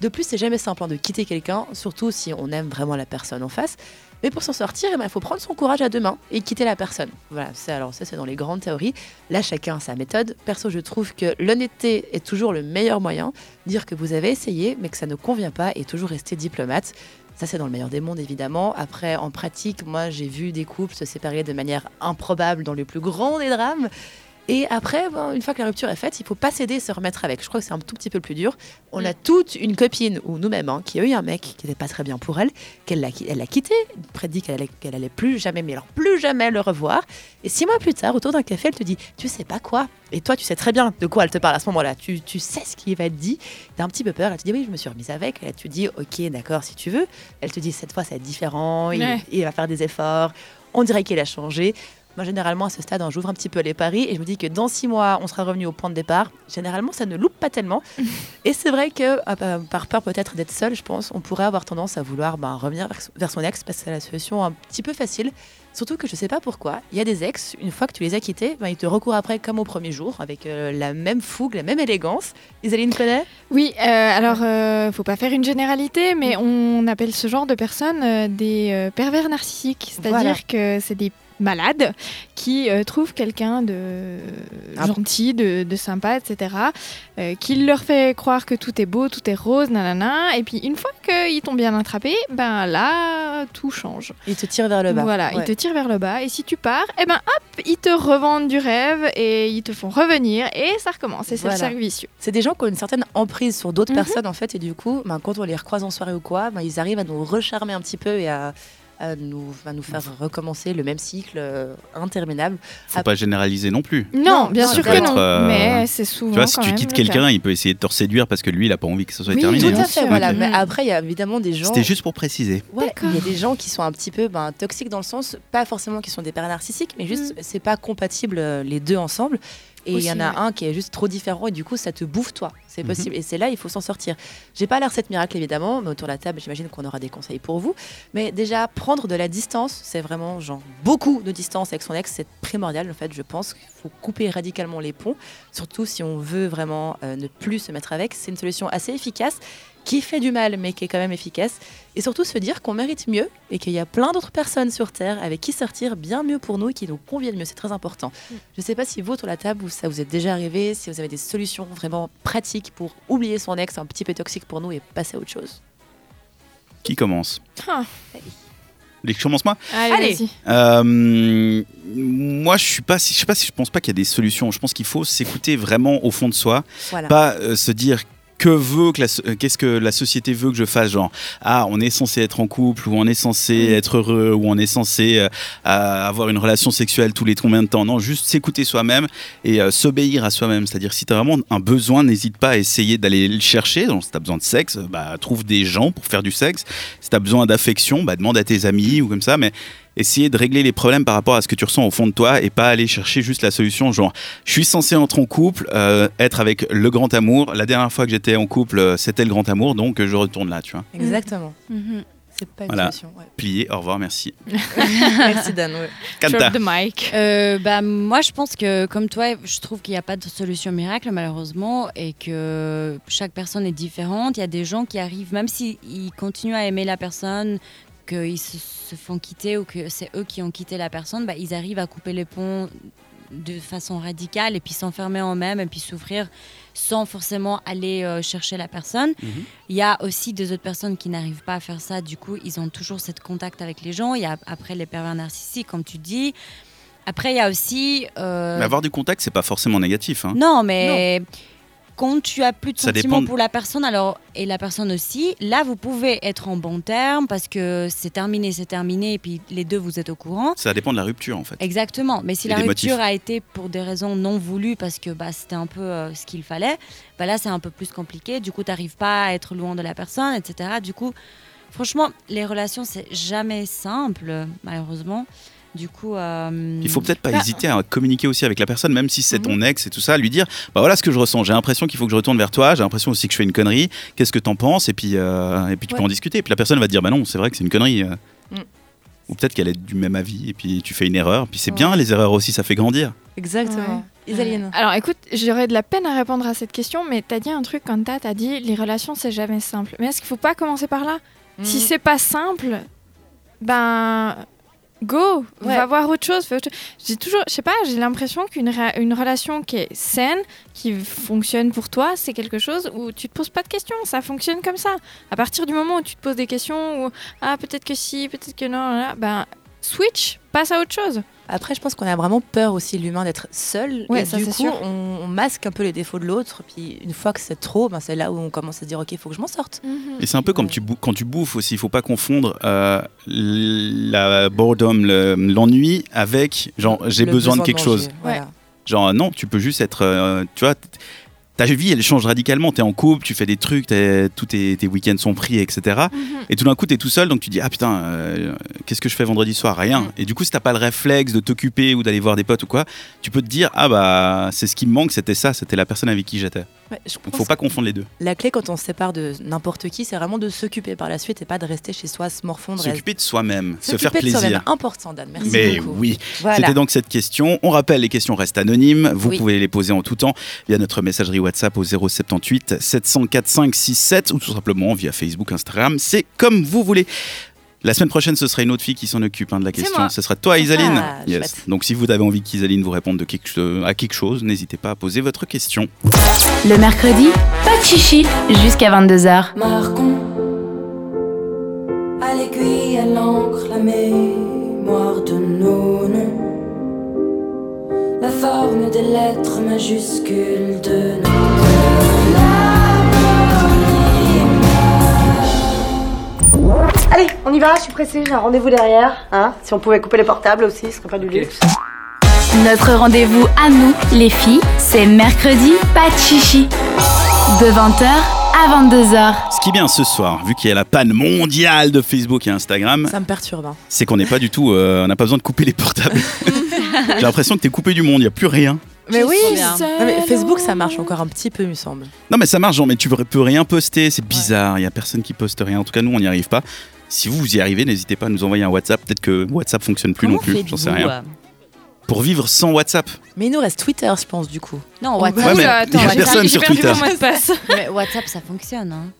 D: De plus, c'est jamais simple hein, de quitter quelqu'un, surtout si on aime vraiment la personne en face. Mais pour s'en sortir, eh ben, il faut prendre son courage à deux mains et quitter la personne. Voilà, c'est alors ça c'est dans les grandes théories. Là, chacun a sa méthode. Perso, je trouve que l'honnêteté est toujours le meilleur moyen. Dire que vous avez essayé, mais que ça ne convient pas, et toujours rester diplomate. Ça, c'est dans le meilleur des mondes, évidemment. Après, en pratique, moi, j'ai vu des couples se séparer de manière improbable dans le plus grand des drames. Et après, ben, une fois que la rupture est faite, il faut pas céder et se remettre avec. Je crois que c'est un tout petit peu plus dur. On a toute une copine, ou nous-mêmes, hein, qui a eu un mec qui n'était pas très bien pour elle, qu'elle l'a qui- elle l'a quitté, prédit qu'elle allait, qu'elle allait plus jamais, mais alors plus jamais le revoir. Et six mois plus tard, autour d'un café, elle te dit Tu sais pas quoi Et toi, tu sais très bien de quoi elle te parle à ce moment-là. Tu, tu sais ce qui va être dit. T'as un petit peu peur. Elle te dit Oui, je me suis remise avec. Elle te dit Ok, d'accord, si tu veux. Elle te dit cette fois, ça va être différent, il,
E: Ouais.
D: il va faire des efforts, on dirait qu'il a changé. Moi, généralement, à ce stade, hein, j'ouvre un petit peu les paris et je me dis que dans six mois, on sera revenu au point de départ. Généralement, ça ne loupe pas tellement. et c'est vrai que, ah, bah, par peur peut-être d'être seul, je pense, on pourrait avoir tendance à vouloir bah, revenir vers- vers son ex parce que c'est la solution un petit peu facile. Surtout que je sais pas pourquoi, il y a des ex, une fois que tu les as quittés, bah, ils te recourent après comme au premier jour, avec euh, la même fougue, la même élégance. Isaline connaît
E: Oui, euh, alors euh, faut pas faire une généralité,
D: Mm.
E: mais on appelle ce genre de personnes euh, des euh, pervers narcissiques, c'est-à-dire
D: Voilà.
E: que c'est des malades qui euh, trouvent quelqu'un de
D: Ah.
E: gentil, de, de sympa, etc., euh, qui leur fait croire que tout est beau, tout est rose, nanana, et puis une fois qu'ils t'ont bien attrapé, ben là, tout change.
D: Ils te tirent vers le bas.
E: Voilà,
D: Ouais.
E: ils te tirent vers le bas et si tu pars, eh ben hop, ils te revendent du rêve et ils te font revenir et ça recommence et c'est
D: Voilà.
E: le cercle vicieux.
D: C'est des gens qui ont une certaine emprise sur d'autres
E: Mhm.
D: personnes en fait, et du coup, ben, quand on les recroise en soirée ou quoi, ben, ils arrivent à nous recharmer un petit peu et à, à nous, à nous faire recommencer le même cycle euh, interminable.
B: Faut
D: Ah.
B: pas généraliser non plus.
E: Non,
D: Non,
E: bien
D: ça
E: sûr
D: peut
E: que
D: être,
E: non,
B: euh,
E: mais c'est souvent
B: Tu vois, si
E: quand
B: tu
E: même
B: quittes
E: le cas.
B: quelqu'un, il peut essayer de te séduire parce que lui, il a pas envie que ça soit
E: Oui,
B: terminé.
D: Tout
E: bien
D: à
B: hein.
D: fait,
E: sûr.
D: voilà.
E: Mhm.
D: Mais après, il y a évidemment des gens.
B: C'était juste pour préciser.
D: Ouais,
E: D'accord.
D: il y a des gens qui sont un petit peu ben, toxiques dans le sens, pas forcément qui sont des pères narcissiques, mais juste c'est pas compatible euh, les deux ensemble. Et il y en a
E: Aussi,
D: un qui est juste trop différent et du coup ça te bouffe toi. C'est
B: Mhm.
D: possible. Et c'est là, il faut s'en sortir. J'ai pas la recette miracle évidemment, mais autour de la table, j'imagine qu'on aura des conseils pour vous. Mais déjà, prendre de la distance, c'est vraiment genre beaucoup de distance avec son ex, c'est primordial en fait. Je pense qu'il faut couper radicalement les ponts, surtout si on veut vraiment euh, ne plus se mettre avec. C'est une solution assez efficace qui fait du mal, mais qui est quand même efficace. Et surtout se dire qu'on mérite mieux et qu'il y a plein d'autres personnes sur Terre avec qui sortir bien mieux pour nous et qui nous conviennent mieux. C'est très important. Je ne sais pas si vous, autour de la table, vous- ça vous est déjà arrivé, si vous avez des solutions vraiment pratiques pour oublier son ex un petit peu toxique pour nous et passer à autre chose.
B: Qui commence
E: Ah.
B: Les je commence moi
E: Allez,
D: Allez.
E: vas-y.
B: Euh, moi, je suis pas, si- je sais pas si je pense pas qu'il y a des solutions. Je pense qu'il faut s'écouter vraiment au fond de soi,
D: Voilà.
B: pas euh, se dire que veut que la so- euh, qu'est-ce que la société veut que je fasse genre ah on est censé être en couple ou on est censé être heureux ou on est censé euh, à- avoir une relation sexuelle tous les combien de temps non juste s'écouter soi-même et euh, s'obéir à soi-même c'est-à-dire si tu as vraiment un besoin n'hésite pas à essayer d'aller le chercher donc si tu as besoin de sexe euh, bah trouve des gens pour faire du sexe si tu as besoin d'affection bah demande à tes amis ou comme ça mais Essayer de régler les problèmes par rapport à ce que tu ressens au fond de toi et pas aller chercher juste la solution genre je suis censé être en couple, euh, être avec le grand amour. La dernière fois que j'étais en couple, euh, c'était le grand amour, donc euh, je retourne là, tu vois.
D: Exactement. C'est pas une
B: Voilà.
D: solution. ouais.
B: Plié, au revoir, merci.
D: Merci Dan. ouais.
B: Kanta.
E: Drop the mic.
C: Euh, bah, moi, je pense que, comme toi, je trouve qu'il n'y a pas de solution miracle, malheureusement, et que chaque personne est différente. Il y a des gens qui arrivent, même s'ils ils continuent à aimer la personne, qu'ils se, se font quitter ou que c'est eux qui ont quitté la personne, bah, ils arrivent à couper les ponts de façon radicale et puis s'enfermer en même et puis souffrir sans forcément aller euh, chercher la personne.
B: Mhm.
C: Il y a aussi des autres personnes qui n'arrivent pas à faire ça. Du coup, ils ont toujours cette contact avec les gens. Il y a après les pervers narcissiques, comme tu dis. Après, il y a aussi. euh,
B: Mais avoir du contact, c'est pas forcément négatif. hein.
C: Non, mais quand tu as plus de
B: Ça
C: sentiments
B: dépend.
C: pour la personne, alors et la personne aussi, là, vous pouvez être en bon terme parce que c'est terminé, c'est terminé, et puis les deux vous êtes au courant.
B: Ça dépend de la rupture, en fait.
C: Exactement. Mais si
B: Et
C: la
B: des
C: rupture
B: motifs.
C: a été pour des raisons non voulues, parce que bah, c'était un peu euh, ce qu'il fallait, bah, là, c'est un peu plus compliqué. Du coup, tu n'arrives pas à être loin de la personne, etc. Du coup, franchement, les relations, c'est jamais simple, malheureusement. Du coup. euh,
B: Il faut peut-être pas
D: Ah.
E: Bah-
B: hésiter à communiquer aussi avec la personne, même si c'est
D: Mhm.
B: ton ex et tout ça, lui dire bah voilà ce que je ressens. J'ai l'impression qu'il faut que je retourne vers toi. J'ai l'impression aussi que je fais une connerie. Qu'est-ce que t'en penses Et puis euh, et puis tu peux
E: Ouais.
B: en discuter. Et puis la personne va te dire bah non, c'est vrai que c'est une connerie. euh.
D: Mm.
B: Ou peut-être qu'elle est du même avis. Et puis tu fais une erreur. Puis c'est
D: Ouais.
B: bien les erreurs aussi, ça fait grandir.
D: Exactement. Isaline.
E: Euh, Alors écoute, j'aurais de la peine à répondre à cette question, mais t'as dit un truc quand t'as t'as dit les relations c'est jamais simple. Mais est-ce qu'il faut pas commencer par là Si c'est pas simple, ben go,
D: Ouais.
E: va voir autre chose. fais autre chose. J'ai toujours, je sais pas, j'ai l'impression qu'une ra- une relation qui est saine, qui fonctionne pour toi, c'est quelque chose où tu te poses pas de questions, ça fonctionne comme ça. À partir du moment où tu te poses des questions, où ah peut-être que si, peut-être que non, là, ben switch, passe à autre chose.
D: Après, je pense qu'on a vraiment peur aussi, l'humain, d'être seul.
E: Ouais,
D: et
E: ça,
D: du
E: c'est
D: coup,
E: sûr.
D: On, on masque un peu les défauts de l'autre. Puis une fois que c'est trop, ben, c'est là où on commence à se dire Ok, il faut que je m'en sorte.
B: Et c'est un peu comme
D: Ouais.
B: tu bou- quand tu bouffes aussi, il faut pas confondre euh, la boredom, le- l'ennui avec genre j'ai
D: Le
B: besoin de quelque
D: manger,
B: chose.
D: voilà.
B: Genre non, tu peux juste être, euh, tu vois, t- ta vie, elle change radicalement. T'es en couple, tu fais des trucs, t'es- tous tes, tes week-ends sont pris, etc.
D: Mhm.
B: Et tout d'un coup, t'es tout seul, donc tu dis Ah putain, euh, qu'est-ce que je fais vendredi soir Rien.
D: Mhm.
B: Et du coup, si t'as pas le réflexe de t'occuper ou d'aller voir des potes ou quoi, tu peux te dire Ah bah, c'est ce qui me manque, c'était ça, c'était la personne avec qui j'étais.
D: Ouais, je
B: Donc
D: pense
B: faut pas confondre les deux.
D: La clé quand on se sépare de n'importe qui, c'est vraiment de s'occuper par la suite et pas de rester chez soi, se morfondre. et-
B: S'occuper de soi-même, se
D: S'occuper
B: faire
D: de soi-même.
B: plaisir.
D: Important, Dan. Merci
B: Mais
D: beaucoup.
B: oui.
D: Voilà.
B: C'était donc cette question. On rappelle, les questions restent anonymes. Vous
D: Oui.
B: pouvez les poser en tout temps via notre messagerie WhatsApp au 078 704 567 ou tout simplement via Facebook, Instagram. C'est comme vous voulez. La semaine prochaine, ce sera une autre fille qui s'en occupe hein, de la
E: C'est
B: question.
E: moi.
B: Ce sera toi, Isaline.
D: Ah, chouette.
B: Donc, si vous avez envie qu'Isaline vous réponde de quelque, euh, à quelque chose, n'hésitez pas à poser votre question.
A: Le mercredi, pas de chichi jusqu'à 22h.
J: Marquons à l'aiguille, à l'encre, la mémoire de nos noms, la forme des lettres majuscules de nos
H: Allez, on y va, je suis pressée, j'ai un rendez-vous derrière. Hein si on pouvait couper les portables aussi, ce serait pas du luxe.
A: Notre rendez-vous à nous, les filles, c'est mercredi, pas de chichi. De 20h à 22h.
B: Ce qui est bien ce soir, vu qu'il y a la panne mondiale de Facebook et Instagram,
D: Ça me perturbe. hein.
B: c'est qu'on n'est pas du tout. euh, on n'a pas besoin de couper les portables. J'ai l'impression que t'es coupé du monde, il n'y a plus rien.
D: Mais oui.
C: Trop bien.
E: Ah,
D: Non, mais Facebook, ça marche encore un petit peu, il me semble.
B: Non mais ça marche, genre, mais tu peux peux rien poster, c'est bizarre, il y a personne qui poste rien, en tout cas nous on n'y arrive pas. Si vous, vous y arrivez, n'hésitez pas à nous envoyer un WhatsApp, peut-être que WhatsApp fonctionne plus
C: Comment
B: non plus, j'en
C: faites-vous,
B: sais rien.
C: euh,
B: Pour vivre sans WhatsApp,
D: Mais il nous reste Twitter, je pense, du coup.
C: Non,
E: Oula,
C: WhatsApp,
B: Ouais, mais
E: attends,
B: il y a
E: j'ai-
B: personne
E: j'ai
B: sur
E: perdu
B: Twitter.
E: mon mot de passe.
C: mais WhatsApp, ça fonctionne. hein.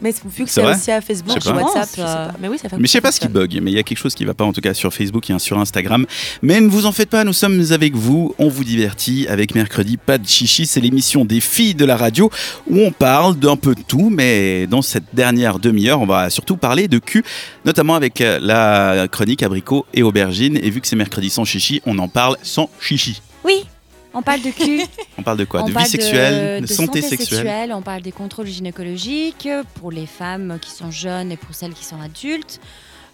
D: Mais vu que
B: C'est
D: c'est
B: vrai
D: aussi à Facebook,
B: Je sais
D: ou
B: pas.
D: WhatsApp, je sais
C: Non, ça-
D: pas. Mais oui, ça fait
B: mais je sais pas ce qui bug, mais il y a quelque chose qui va pas en tout cas sur Facebook et sur Instagram. Mais ne vous en faites pas, nous sommes avec vous, on vous divertit avec mercredi pas de chichi, c'est l'émission des filles de la radio où on parle d'un peu de tout, mais dans cette dernière demi-heure, on va surtout parler de cul, notamment avec euh, la chronique abricot et aubergine et vu que c'est mercredi sans chichi, on en parle sans chichi.
C: Oui, on parle de cul.
B: On parle de quoi
C: on
B: De vie
C: parle
B: sexuelle, de, santé, sexuelle.
C: sexuelle, On parle des contrôles gynécologiques pour les femmes qui sont jeunes et pour celles qui sont adultes.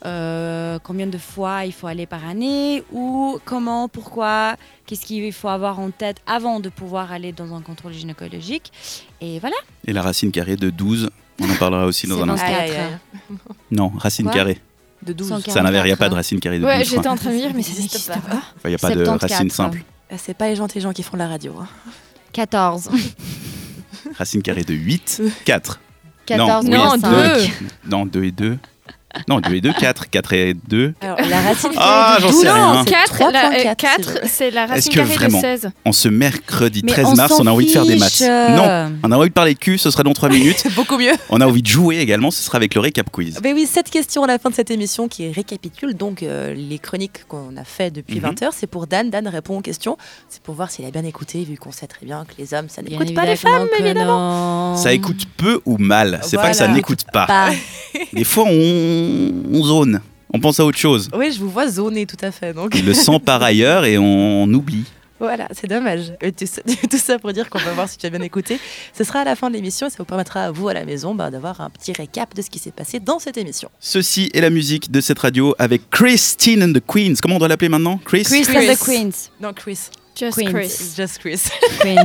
C: Euh, combien de fois il faut aller par année ou comment, pourquoi, qu'est-ce qu'il faut avoir en tête avant de pouvoir aller dans un contrôle gynécologique. Et voilà,
B: Et la racine carrée de 12, on en parlera aussi dans
C: C'est
B: un
C: dans-
B: instant.
C: Aïe,
D: Aïe,
C: aïe, aïe.
B: Non, racine
C: Quoi
B: carrée.
D: De 12.
C: 144.
B: Ça n'avait, il n'y a pas de racine carrée de
E: Ouais,
B: 12. je crois.
E: j'étais en train de me dire, mais ça n'existe pas.
B: Enfin, Il n'y a pas de
C: 74,
B: racine simple.
D: Ah, C'est pas les gens, les gens qui font de la radio. hein.
C: 14.
B: Racine carrée de 8, 4.
C: 14
E: oui, Non,
C: Euh, cinq.
E: deux.
B: Non, 2 et 2. Non, 2 et 2, 4. 4 et 2.
D: Alors, la racine.
B: Ah, j'en sais rien.
E: Non, 4,
D: 3.4,
E: la- euh,
D: c'est
E: quatre,
D: vrai.
E: c'est la
B: Est-ce
E: racine
B: que
E: carrée
B: vraiment
E: de 16.
B: En ce mercredi
C: Mais
B: 13
C: on
B: mars,
C: s'en
B: on a envie de faire des maths.
C: fiche, euh.
B: Non, on a envie de parler de cul, ce sera dans 3 minutes.
D: C'est beaucoup mieux.
B: on a envie de jouer également, ce sera avec le récap
C: Ah
B: quiz.
D: Mais oui, cette question à la fin de cette émission qui récapitule donc euh, les chroniques qu'on a fait depuis
B: Mhm.
D: 20h. C'est pour Dan. Dan répond aux questions. C'est pour voir s'il a bien écouté, vu qu'on sait très bien que les hommes, ça
C: Bien
D: n'écoute pas les femmes.
C: évidemment que non.
B: Ça écoute peu ou mal, c'est pas que ça
D: Voilà.
B: n'écoute pas.
D: Pas.
B: Des fois, on- on zone, on pense à autre chose.
D: Oui, je vous vois zoner tout à fait. Donc
B: Il le sent par ailleurs et on, oublie.
D: voilà, c'est dommage. Et tout ça, tout ça pour dire qu'on va voir si tu as bien écouté. Ce sera à la fin de l'émission et ça vous permettra à vous à la maison bah, d'avoir un petit récap de ce qui s'est passé dans cette émission.
B: Ceci est la musique de cette radio avec Christine and the Queens. Comment on doit l'appeler maintenant Chris,
C: Chris,
D: Chris.
C: and the Queens.
D: Non, Chris.
E: Just
C: Queens.
E: Chris.
D: Just Chris.
C: Queens.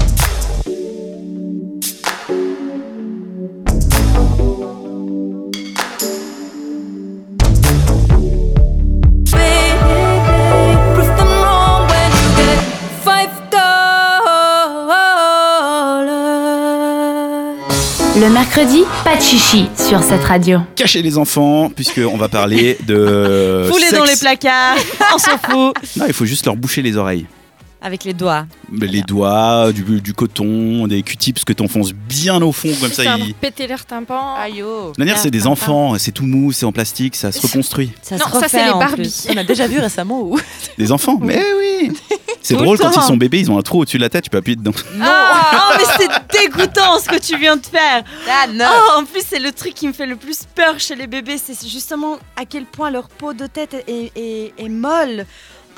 J: Prove them wrong when you get five dollars.
C: Euh,
A: Le mercredi, pas de chichi sur cette radio.
B: Cachez les enfants, puisqu'on va parler de.
C: Foulez dans les
B: sexe.
C: placards, on s'en fout.
B: Non, il faut juste leur boucher les oreilles.
C: Avec les doigts.
B: Mais Les doigts, du, du coton, des q-tips que t'enfonces bien au fond, comme ça.
E: Putain,
B: Ils... De
E: péter leur tympan.
D: Aïe oh.
B: toute manière, c'est des enfants, c'est tout mou, c'est en plastique, ça se reconstruit.
C: Ça
E: Non,
C: se
E: ça,
C: refait
E: c'est les
C: en
E: Barbies.
D: On a déjà vu récemment où
B: Des enfants Mais oui C'est
D: Tout le
B: drôle quand
D: temps.
B: ils sont bébés, ils ont un trou au-dessus de la tête, tu peux appuyer dedans.
C: Non, oh, mais c'est dégoûtant ce que tu viens de faire. Oh, en plus, c'est le truc qui me fait le plus peur chez les bébés, c'est justement à quel point leur peau de tête est, est- est molle.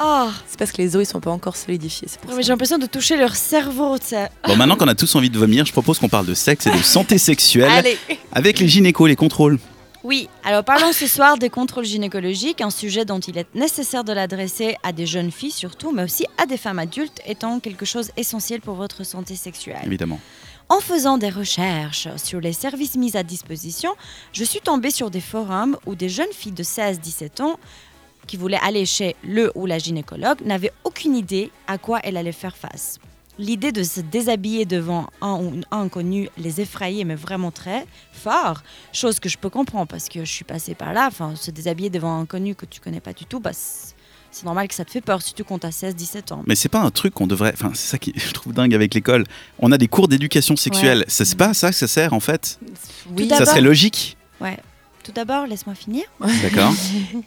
C: Oh,
D: C'est parce que les os ils sont pas encore solidifiés, c'est pour
C: mais j'ai
D: ça.
C: l'impression de toucher leur cerveau, tu sais.
B: Bon, maintenant qu'on a tous envie de vomir, je propose qu'on parle de sexe et de santé sexuelle
D: Allez,
B: avec les gynécos, les contrôles.
C: Oui, alors parlons ce soir des contrôles gynécologiques, un sujet dont il est nécessaire de l'adresser à des jeunes filles surtout, mais aussi à des femmes adultes, étant quelque chose d'essentiel pour votre santé sexuelle.
B: Évidemment.
C: En faisant des recherches sur les services mis à disposition, je suis tombée sur des forums où des jeunes filles de 16-17 ans qui voulaient aller chez le ou la gynécologue n'avaient aucune idée à quoi elles allaient faire face. L'idée de se déshabiller devant un ou une inconnue les effrayait, mais vraiment très fort. Chose que je peux comprendre parce que je suis passée par là. Enfin, se déshabiller devant un inconnu que tu connais pas du tout, bah, c'est c'est normal que ça te fait peur, surtout quand t'as 16-17 ans.
B: Mais c'est pas un truc qu'on devrait. Enfin, c'est ça qui je trouve dingue avec l'école. On a des cours d'éducation sexuelle.
C: Ouais.
B: C'est pas à ça que ça sert en fait.
C: Tout
B: ça
C: d'abord-
B: serait logique.
C: Ouais. Tout d'abord, laisse-moi finir.
B: D'accord.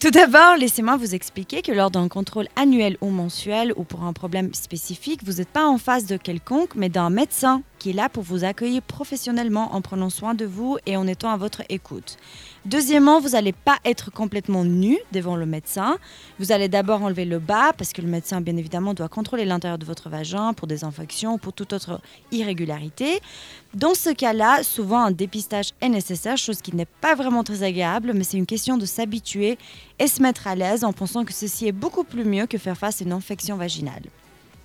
C: Tout d'abord, laissez-moi vous expliquer que lors d'un contrôle annuel ou mensuel ou pour un problème spécifique, vous n'êtes pas en face de quelconque, mais d'un médecin qui est là pour vous accueillir professionnellement en prenant soin de vous et en étant à votre écoute. Deuxièmement, vous n'allez pas être complètement nu devant le médecin. Vous allez d'abord enlever le bas parce que le médecin, bien évidemment, doit contrôler l'intérieur de votre vagin pour des infections ou pour toute autre irrégularité. Dans ce cas-là, souvent un dépistage est nécessaire, chose qui n'est pas vraiment très agréable, mais c'est une question de s'habituer et se mettre à l'aise en pensant que ceci est beaucoup plus mieux que faire face à une infection vaginale.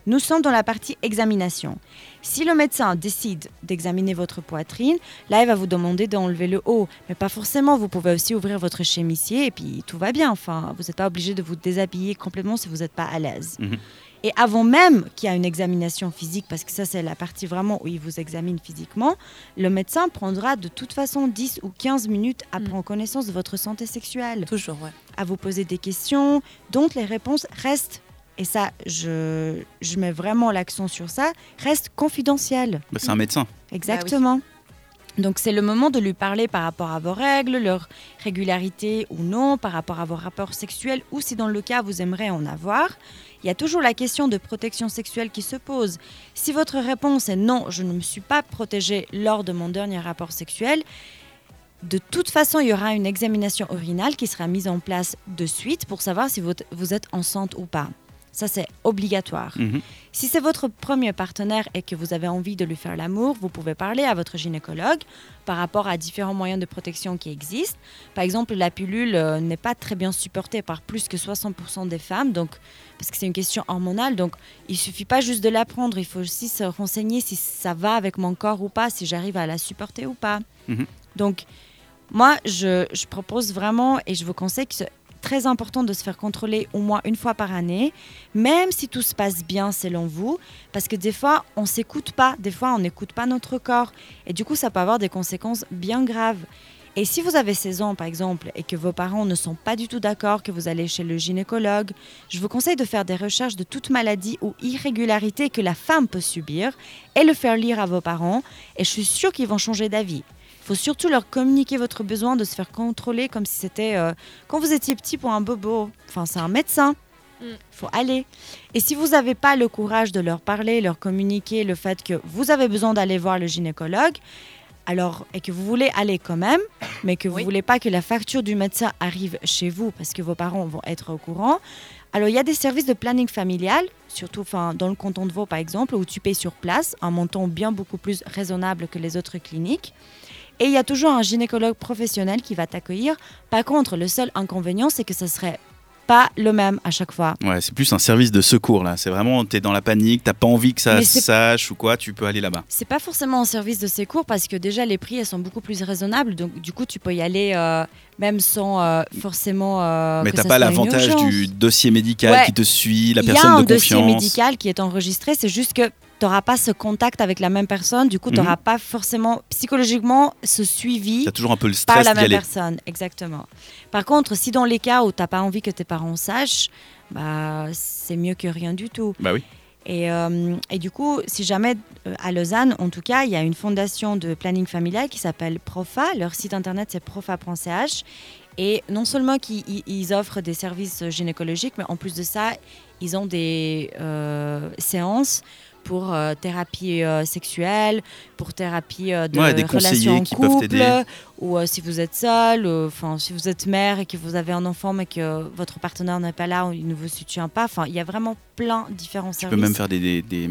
C: Nous sommes dans la partie examination. Si le médecin décide d'examiner votre poitrine, là, il va vous demander d'enlever le haut. Mais pas forcément, vous pouvez aussi ouvrir votre chemisier et puis tout va bien. Enfin, vous n'êtes pas obligé de vous déshabiller complètement si vous n'êtes pas à l'aise.
B: Mhm.
C: Et avant même qu'il y ait une examination physique, parce que ça, c'est la partie vraiment où il vous examine physiquement, le médecin prendra de toute façon 10 ou 15 minutes à prendre connaissance de votre santé sexuelle
D: Toujours, ouais.
C: à vous poser des questions dont les réponses restent, et ça, je, je mets vraiment l'accent sur ça, restent confidentielles.
B: Bah, c'est un médecin.
C: Exactement. Donc c'est le moment de lui parler par rapport à vos règles, leur régularité ou non, par rapport à vos rapports sexuels ou si dans le cas vous aimeriez en avoir. Il y a toujours la question de protection sexuelle qui se pose. Si votre réponse est non, je ne me suis pas protégée lors de mon dernier rapport sexuel, de toute façon il y aura une examination urinale qui sera mise en place de suite pour savoir si vous- vous êtes enceinte ou pas. Ça c'est obligatoire.
B: Mhm.
C: Si c'est votre premier partenaire et que vous avez envie de lui faire l'amour, vous pouvez parler à votre gynécologue par rapport à différents moyens de protection qui existent. Par exemple, la pilule euh, n'est pas très bien supportée par plus que 60% des femmes, donc, parce que c'est une question hormonale. Donc, il suffit pas juste de la prendre, il faut aussi se renseigner si ça va avec mon corps ou pas, si j'arrive à la supporter ou pas.
B: Mhm.
C: Donc, moi, je, je propose vraiment et je vous conseille que c'est très important de se faire contrôler au moins une fois par année, même si tout se passe bien selon vous, parce que des fois, on s'écoute pas, des fois, on n'écoute pas notre corps, et du coup, ça peut avoir des conséquences bien graves. Et si vous avez 16 ans, par exemple, et que vos parents ne sont pas du tout d'accord, que vous allez chez le gynécologue, je vous conseille de faire des recherches de toute maladie ou irrégularité que la femme peut subir et le faire lire à vos parents, et je suis sûre qu'ils vont changer d'avis. Il faut surtout leur communiquer votre besoin de se faire contrôler comme si c'était euh, quand vous étiez petit pour un bobo. Enfin, c'est un médecin.
E: Mm.
C: faut aller. Et si vous n'avez pas le courage de leur parler, leur communiquer le fait que vous avez besoin d'aller voir le gynécologue, alors, et que vous voulez aller quand même, mais que vous
D: Oui.
C: voulez pas que la facture du médecin arrive chez vous parce que vos parents vont être au courant, alors il y a des services de planning familial, surtout enfin, dans le canton de Vaud par exemple, où tu payes sur place un montant bien beaucoup plus raisonnable que les autres cliniques. Et il y a toujours un gynécologue professionnel qui va t'accueillir. Par contre, le seul inconvénient, c'est que ce serait pas le même à chaque fois.
B: Ouais, c'est plus un service de secours là. C'est vraiment, t'es dans la panique, t'as pas envie que ça
C: Mais c'est-
B: sache ou quoi, tu peux aller là-bas.
C: C'est pas forcément en service de secours parce que déjà les prix elles sont beaucoup plus raisonnables donc du coup tu peux y aller euh, même sans euh, forcément. euh,
B: Mais
C: que
B: t'as
C: ça
B: pas
C: soit une
B: l'avantage
C: urgence.
B: du dossier médical
C: Ouais.
B: qui te suit, la
C: Il y a
B: personne
C: un
B: de
C: dossier
B: confiance.
C: médical qui est enregistré, c'est juste que tu n'auras pas ce contact avec la même personne, du coup tu
B: Mhm.
C: n'auras pas forcément psychologiquement ce suivi
B: T'as toujours un peu le
C: par
B: stress
C: la
B: d'y
C: même
B: aller.
C: personne, exactement. Par contre, si dans les cas où tu n'as pas envie que tes parents sachent, bah, c'est mieux que rien du tout.
B: Bah oui.
C: Et, euh, et du coup, si jamais euh, à Lausanne, en tout cas, il y a une fondation de planning familial qui s'appelle Profa. Leur site internet, c'est profa.ch. Et non seulement qu'ils ils- ils offrent des services gynécologiques, mais en plus de ça, ils ont des euh, séances pour euh, thérapie euh, sexuelle, pour thérapie euh, de
B: Ouais, des
C: relations en
B: conseillers qui peuvent
C: couple,
B: t'aider.
C: ou euh, si vous êtes seul, euh, enfin si vous êtes mère et que vous avez un enfant mais que votre partenaire n'est pas là ou il ne vous soutient pas, enfin il y a vraiment plein de différents
B: Tu
C: services.
B: peux même faire des, des, des-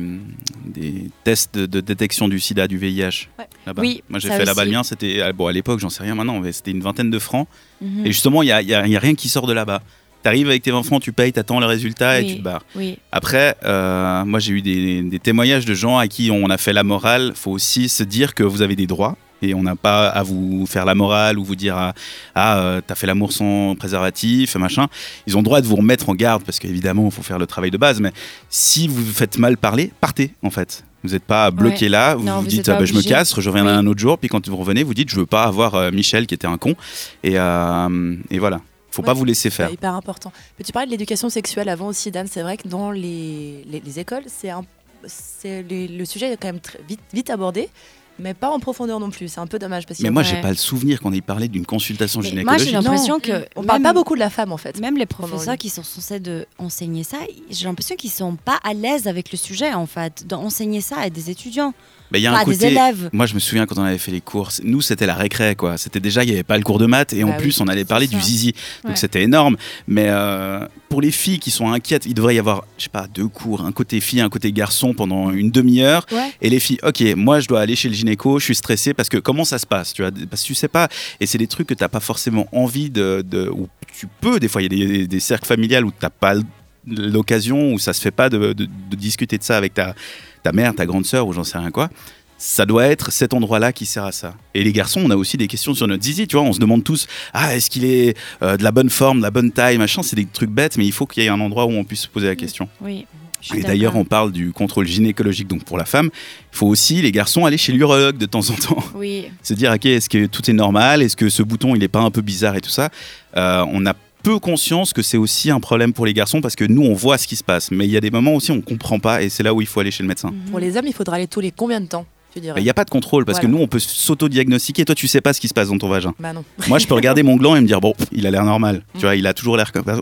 B: des tests de, de détection du sida, du VIH.
C: Ouais.
B: là-bas.
C: Oui,
B: Moi j'ai
C: ça
B: fait là-bas le
C: aussi.
B: mien, c'était ah, bon, à l'époque, j'en sais rien maintenant, mais c'était une vingtaine de francs.
C: Mhm.
B: Et justement, il n'y a, il y a- il y a rien qui sort de là-bas. T'arrives avec tes 20 francs, tu payes, t'attends le résultat et
C: Oui,
B: tu te barres.
C: Oui.
B: Après, euh, moi j'ai eu des, des témoignages de gens à qui on a fait la morale. Faut aussi se dire que vous avez des droits et on n'a pas à vous faire la morale ou vous dire ah, ah, euh, t'as fait l'amour sans préservatif, machin. Ils ont le droit de vous remettre en garde parce qu'évidemment il faut faire le travail de base. Mais si vous vous faites mal parler, partez en fait. Vous n'êtes pas bloqué
E: Ouais.
B: là, vous
E: Non,
B: vous
E: vous
B: dites
E: êtes pas
B: ah, bah, je me
E: obligé.
B: casse, je reviendrai
E: Oui.
B: un autre jour. Puis quand vous revenez, vous dites je veux pas avoir euh, Michel qui était un con. Et, euh, et voilà, faut pas
D: Ouais.
B: vous laisser faire.
D: C'est hyper important. Mais tu parlais de l'éducation sexuelle avant aussi, Dan. C'est vrai que dans les, les- les écoles, c'est un, c'est les- le sujet est quand même très vite, vite abordé, mais pas en profondeur non plus. C'est un peu dommage parce que
B: Mais moi j'ai pas le souvenir qu'on ait parlé d'une consultation
C: Mais moi, j'ai
B: gynécologique.
C: l'impression
D: Non.
C: que
D: on parle
C: même-
D: pas beaucoup de la femme en fait.
C: Même les
D: Pendant
C: professeurs
D: le-
C: qui sont censés de enseigner ça, j'ai l'impression qu'ils sont pas à l'aise avec le sujet en fait, d'enseigner ça à des étudiants,
B: Bah, il y a un
C: pas à des
B: côté-
C: élèves.
B: Moi, je me souviens quand on avait fait les courses, nous, c'était la récré, quoi. C'était déjà, il n'y avait pas le cours de maths, et en
D: Bah oui,
B: plus, on allait parler
E: c'est
B: du
E: ça.
B: zizi. Donc,
E: Ouais.
B: c'était énorme. Mais euh, pour les filles qui sont inquiètes, il devrait y avoir, je sais pas, deux cours, un côté fille, un côté garçon pendant une demi-heure.
E: Ouais.
B: Et les filles, ok, moi, je dois aller chez le gynéco, je suis stressée parce que comment ça se passe, tu vois Parce que tu sais pas, et c'est des trucs que t'as pas forcément envie de, de- ou tu peux, des fois, il y a des, des cercles familiales où t'as pas l'occasion, où ça se fait pas de, de- de discuter de ça avec ta, ta mère, ta grande sœur, ou j'en sais rien quoi ça doit être cet endroit-là qui sert à ça. Et les garçons, on a aussi des questions sur notre zizi, tu vois, on se demande tous, ah, est-ce qu'il est euh, de la bonne forme, de la bonne taille, machin, c'est des trucs bêtes, mais il faut qu'il y ait un endroit où on puisse se poser la question.
C: Oui. je suis
B: Et d'ailleurs,
C: d'accord.
B: on parle du contrôle gynécologique, donc pour la femme, il faut aussi, les garçons, aller chez l'urologue de temps en temps,
E: Oui.
B: se dire, ok, est-ce que tout est normal, est-ce que ce bouton, il est pas un peu bizarre et tout ça. Euh, on a peu conscience que c'est aussi un problème pour les garçons parce que nous, on voit ce qui se passe, mais il y a des moments aussi, on comprend pas, et c'est là où il faut aller chez le médecin.
D: Pour les hommes, il faudra aller tous les combien de temps Tu
B: Il
D: dirais
B: n'y a pas de contrôle parce que
D: Voilà.
B: nous, on peut s'auto-diagnostiquer. Toi, tu sais pas ce qui se passe dans ton vagin.
D: Bah non.
B: Moi, je peux regarder mon gland et me dire, bon, il a l'air normal. Tu
D: Mm.
B: vois, il a toujours l'air comme ça.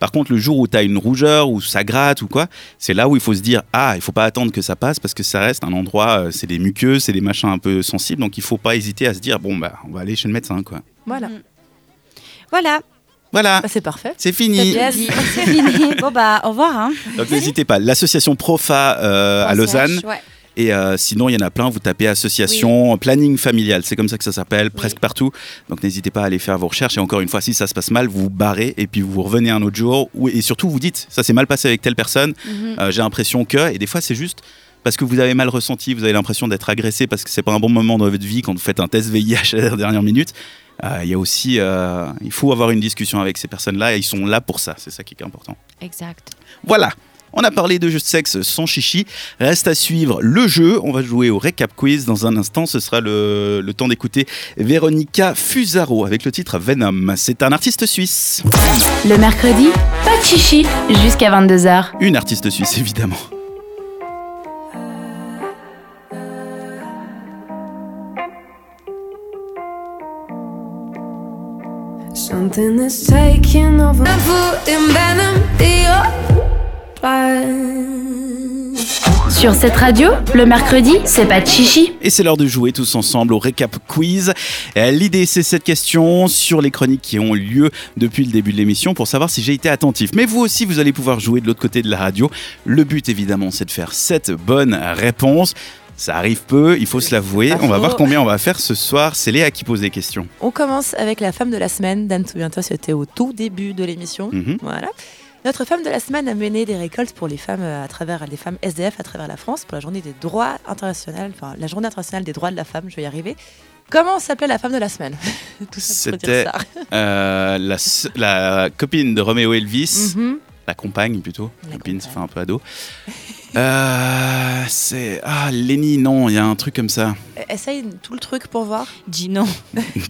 B: Par contre, le jour où tu as une rougeur, où ça gratte ou quoi, c'est là où il faut se dire, ah, il faut pas attendre que ça passe parce que ça reste un endroit, euh, c'est des muqueuses, c'est des machins un peu sensibles. Donc, il faut pas hésiter à se dire, bon, bah, on va aller chez le médecin, quoi.
D: Voilà.
C: Voilà,
B: Voilà,
D: Bah, c'est parfait.
B: c'est fini.
C: Yes. c'est fini. Bon bah au revoir. hein.
B: Donc, n'hésitez pas. L'association Profa euh, à
C: Bon,
B: Lausanne.
C: CH, ouais.
B: Et euh, sinon, il y en a plein. Vous tapez association, planning familial, c'est comme ça que ça s'appelle, presque partout. Donc n'hésitez pas à aller faire vos recherches. Et encore une fois, si ça se passe mal, vous vous barrez et puis vous revenez un autre jour. Ou- Et surtout, vous dites, ça s'est mal passé avec telle personne. Euh, J'ai l'impression que. Et des fois, c'est juste parce que vous avez mal ressenti, vous avez l'impression d'être agressé parce que c'est pas un bon moment dans votre vie quand vous faites un test VIH à la dernière minute. Euh, Il y a aussi, euh, il faut avoir une discussion avec ces personnes-là et ils sont là pour ça. C'est ça qui est important.
C: Exact.
B: Voilà. On a parlé de jeux de sexe sans chichi. Reste à suivre le jeu. On va jouer au récap quiz dans un instant. Ce sera le, le temps d'écouter Véronica Fusaro avec le titre Venom. C'est un artiste suisse.
A: Le mercredi, pas de chichi jusqu'à 22h.
B: Une artiste suisse, évidemment.
J: Something is taking over. I'm full in venom in your blood.
A: Sur cette radio, le mercredi, c'est pas de chichi.
B: Et c'est l'heure de jouer tous ensemble au récap quiz. Euh, L'idée, c'est cette question sur les chroniques qui ont lieu depuis le début de l'émission pour savoir si j'ai été attentif. Mais vous aussi, vous allez pouvoir jouer de l'autre côté de la radio. Le but, évidemment, c'est de faire 7 bonnes réponses. Ça arrive peu, il faut se l'avouer.
D: Pas
B: On va
D: faux.
B: voir combien on va faire ce soir. C'est Léa qui pose les questions.
D: On commence avec la femme de la semaine. Dan, souviens-toi, c'était au tout début de l'émission.
B: Mhm.
D: Voilà. Notre femme de la semaine a mené des récoltes pour les femmes euh, à travers les femmes SDF à travers la France pour la journée des droits internationaux, enfin la journée internationale des droits de la femme, je vais y arriver. Comment s'appelait la femme de la semaine Tout ça pour
B: C'était-
D: dire ça.
B: Euh, la, s- la copine de Roméo Elvis,
D: Mhm.
B: la compagne plutôt,
D: La
B: copine, ça
D: compagne.
B: fait un peu ado. Euh, c'est. Ah, Lenny, non, il y a un truc comme ça.
D: Euh, Essaye tout le truc pour voir.
C: Dis non.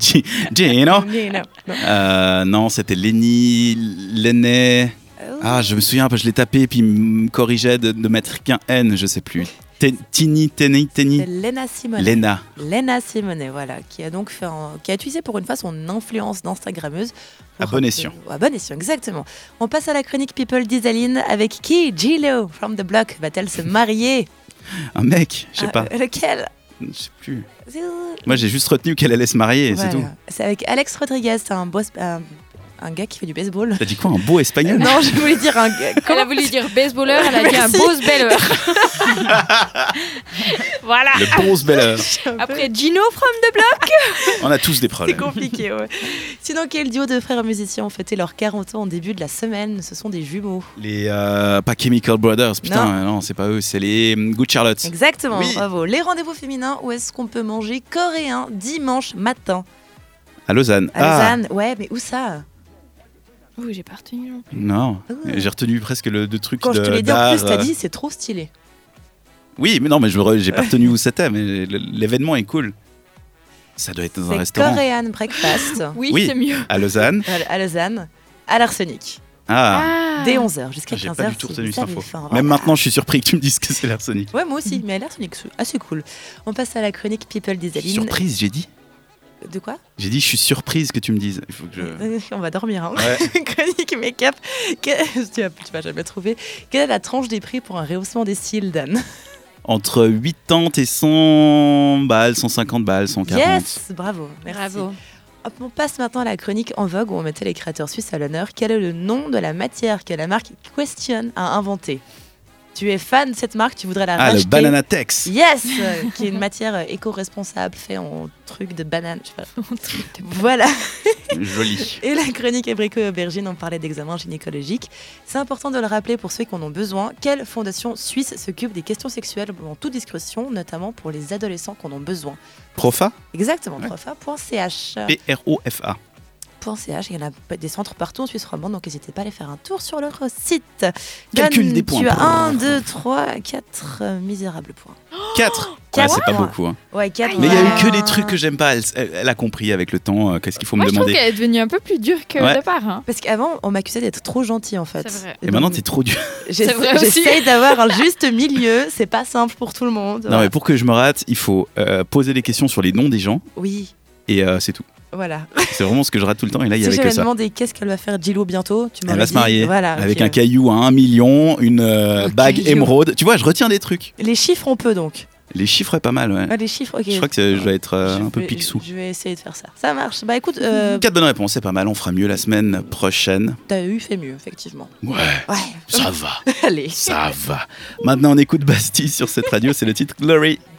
B: Gi- Gino
D: Mais non. Non.
B: Euh, non, c'était Lenny, Lenné. Ah, je me souviens, je l'ai tapé puis il me corrigeait de, de mettre qu'un N, je sais plus. Ten- Tini, Teni,
D: C'est
B: Teni.
D: Lena Simone.
B: Lena.
D: Lena Simone, voilà, qui a donc fait un- qui a utilisé pour une fois son influence d'Instagrammeuse.
B: À
D: pour
B: bon
D: un peu-
B: escient.
D: À bon escient, exactement. On passe à la chronique People d'Isaline avec qui Gilo from the Block va-t-elle se marier
B: Un mec, je sais pas.
D: Ah, euh, lequel
B: Je sais plus. Moi, j'ai juste retenu qu'elle allait se marier, et c'est tout.
D: Voilà. C'est avec Alex Rodriguez, c'est un, boss, un, un gars qui fait du baseball.
B: T'as dit quoi, un beau espagnol
D: non, je voulais dire un gars.
E: Elle a voulu dire baseballeur, elle a dit un
D: Merci.
E: beau belleur. voilà.
B: Le bon Beller.
E: Après Gino from the block.
B: On a tous des
D: C'est
B: problèmes.
D: compliqué, ouais. Sinon, quel duo de frères musiciens ont fêté leurs 40 ans en début de la semaine Ce sont des jumeaux.
B: Les. euh, pas Chemical Brothers, putain, non, c'est pas eux, c'est les hum, Good Charlotte.
D: Exactement,
B: Oui.
D: bravo. Les rendez-vous féminins, où est-ce qu'on peut manger coréen dimanche matin
B: À Lausanne.
D: À Lausanne Ouais, mais où ça
E: Ouh, j'ai pas retenu. non.
B: Ah, non.
D: Ouh.
B: J'ai retenu presque le, deux trucs
D: Oh. Quand
B: de
D: je te l'ai dit, en
B: d'art,
D: plus, t'as
B: euh,
D: dit c'est trop stylé.
B: Oui, mais non, mais je re- j'ai pas retenu où c'était, mais le- l'événement est cool. Ça doit être dans un
D: C'est
B: restaurant.
D: Korean breakfast
E: Oui,
B: Oui.
E: c'est mieux.
B: À Lausanne.
D: à à Lausanne, à l'Arsenic,
B: Ah,
E: Ah.
D: dès 11h jusqu'à
B: j'ai pas
D: 15h.
B: du tout
D: si
B: retenu
D: vous
B: cette
D: avez
B: info.
D: faim.
B: Même maintenant, je suis surpris que tu me dises que c'est l'arsenic.
D: Ouais, moi aussi, mais à l'Arsenic, c'est assez cool. On passe à la chronique People
B: Je suis
D: d'Isaline.
B: Surprise, j'ai dit.
D: De quoi
B: J'ai dit, je suis surprise que tu me dises. Il faut que je.
D: On va dormir. Hein.
B: Ouais.
D: Chronique make-up. Que- Tu vas- tu vas jamais trouver. Quelle est la tranche des prix pour un rehaussement des cils, Dan
B: Entre 80 et 100 balles, 150 balles, 140.
D: Yes Bravo. Merci.
E: Bravo.
D: Hop, on passe maintenant à la chronique en vogue où on mettait les créateurs suisses à l'honneur. Quel est le nom de la matière que la marque Question a inventée Tu es fan de cette marque, tu voudrais la
B: Ah,
D: racheter
B: le banana tex.
D: Yes euh, Qui est une matière euh, éco-responsable, fait en truc de banane. je sais pas. Voilà.
B: Joli.
D: Et la chronique Abricot et Aubergine, on parlait d'examen gynécologique. C'est important de le rappeler pour ceux qui en ont besoin. Quelle fondation suisse s'occupe des questions sexuelles en toute discrétion, notamment pour les adolescents qui en ont besoin
B: Profa
D: Exactement,
B: Ouais.
D: profa.ch.
B: P-R-O-F-A.
D: Oh, .ch. Il y en a des centres partout en Suisse romande, donc n'hésitez pas à aller faire un tour sur leur site.
B: Calcul des points.
D: Tu as 1, 2, 3, 4 euh, misérables points.
B: 4
D: Quatre
B: C'est pas
D: points.
B: beaucoup. hein.
D: Ouais, 4
B: Mais il y a eu que des trucs que j'aime pas. Elle, elle- elle a compris avec le temps euh, qu'est-ce qu'il faut
E: Moi,
B: me
E: je trouve
B: demander.
E: qu'elle est devenue un peu plus dure que
B: Ouais.
E: le départ. hein.
D: Parce qu'avant, on m'accusait d'être trop gentil en fait.
E: C'est vrai.
B: Et maintenant, t'es trop dur.
D: J'essa-
E: C'est vrai aussi.
D: J'essaye d'avoir un juste milieu, c'est pas simple pour tout le monde.
B: Non, mais pour que je me rate, il faut euh, poser des questions sur les noms des gens
D: Oui,
B: et euh, c'est tout.
D: voilà.
B: C'est vraiment ce que je rate tout le temps et là, il y
D: Si
B: avait
D: j'avais
B: que ça.
D: demandé qu'est-ce qu'elle va faire Gillo bientôt, tu m'aurais
B: Elle va se
D: dit,
B: marier
D: Voilà,
B: avec
D: ok.
B: un caillou à 1 million, une euh,
E: Un
B: bague
E: caillou.
B: émeraude. Tu vois, je retiens des trucs.
D: Les chiffres, on peut donc.
B: Les chiffres est pas mal, ouais.
D: Ah, les chiffres, ok.
B: Je crois que euh, je vais être euh,
D: Je
B: un peu
D: vais-
B: pixou.
D: Je vais essayer de faire ça. Ça marche. Bah écoute, euh,
B: Quatre bonnes réponses, c'est pas mal. On fera mieux la semaine prochaine.
D: t'as eu fait mieux, effectivement.
B: Ouais,
D: Ouais,
B: ça va,
D: allez.
B: ça va. Maintenant, on écoute Bastille sur cette radio. C'est le titre Glory.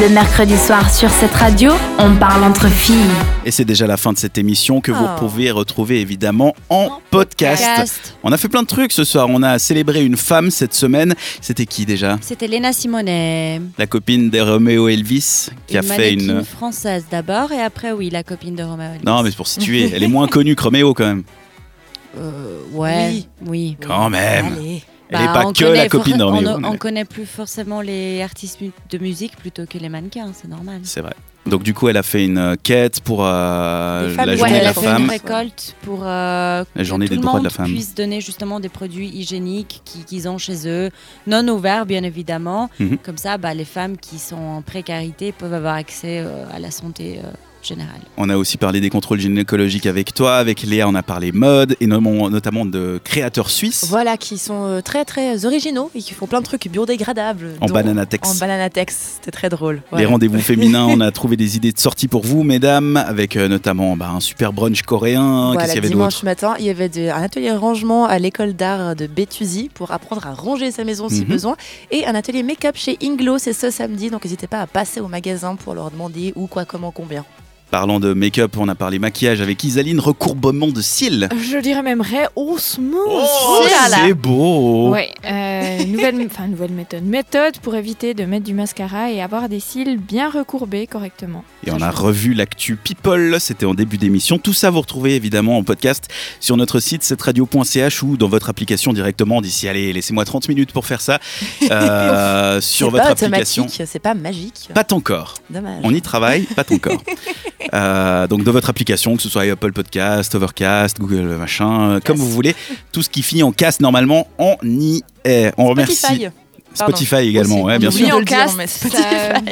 A: Le mercredi soir sur cette radio, on parle entre filles.
B: Et c'est déjà la fin de cette émission que vous
D: Oh.
B: pouvez retrouver évidemment en podcast.
C: Cast.
B: On a fait plein de trucs ce soir. On a célébré une femme cette semaine. C'était qui déjà
C: C'était Léna Simonet,
B: La copine de Romeo Elvis qui a
C: une
B: fait
C: mannequin
B: une. euh,
C: française d'abord et après oui la copine de Romain Elvis.
B: Non, mais c'est pour situer. Elle est moins connue que Romeo quand même.
C: Euh, ouais,
D: Oui.
C: oui. Bah,
B: Quand même.
D: Allez.
B: Elle n'est pas que la copine de
C: on,
B: Romeo.
C: on connaît plus forcément les artistes mu- de musique plutôt que les mannequins, c'est normal.
B: C'est vrai. Donc du coup, elle a fait une euh, quête pour euh,
D: Les femmes,
B: la
D: ouais,
B: journée
C: elle
B: de
C: a
B: la
C: fait
B: femme.
C: une récolte pour euh,
B: La journée
C: que
B: des
C: tout le
B: droits de
C: monde
B: la femme.
C: puisse donner justement des produits hygiéniques qui- qu'ils ont chez eux, non ouverts bien évidemment.
B: Mhm.
C: Comme ça, bah, les femmes qui sont en précarité peuvent avoir accès euh, à la santé euh, générale.
B: On a aussi parlé des contrôles gynécologiques avec toi, avec Léa. On a parlé mode et nom- notamment de créateurs suisses
D: Voilà, qui sont euh, très très originaux et qui font plein de trucs biodégradables.
B: en
D: dont-
B: banana tex.
D: En banana tex, c'était très drôle.
B: Les
D: Voilà.
B: rendez-vous féminins, on a trouvé des idées de sortie pour vous, mesdames, avec euh, notamment bah, un super brunch coréen.
D: Voilà,
B: Qu'est-ce qu'il y avait
D: dimanche
B: d'autre
D: matin, il y avait de- un atelier rangement à l'école d'art de Béthusy pour apprendre à ranger sa maison si
B: Mhm.
D: besoin et un atelier make-up chez Inglo, c'est ce samedi, donc n'hésitez pas à passer au magasin pour leur demander où, quoi, comment, combien.
B: Parlant de make-up, on a parlé maquillage avec Isaline, recourbement de cils.
E: Je dirais même Ray Osmond.
D: Oh,
B: Oh
D: c'est à la-
B: c'est beau
E: Ouais, euh, nouvelle, enfin, nouvelle méthode. Méthode pour éviter de mettre du mascara et avoir des cils bien recourbés correctement.
B: Et on a revu l'actu People, c'était en début d'émission. Tout ça, vous retrouvez évidemment en podcast sur notre site cetteradio.ch ou dans votre application directement. D'ici, allez, laissez-moi 30 minutes pour faire ça euh, sur
D: C'est
B: votre
D: pas
B: application.
D: automatique, c'est pas magique.
B: Pas encore.
D: Dommage.
B: On y travaille, pas encore. Euh, donc de votre application, que ce soit Apple Podcast, Overcast, Google machin, euh, comme vous voulez, tout ce qui finit en cast normalement, on y est. On remercie
D: Spotify.
E: Pardon.
B: Spotify également,
E: Aussi.
B: ouais,
E: On
B: bien
E: oublie
B: sûr.
E: en cast, ça-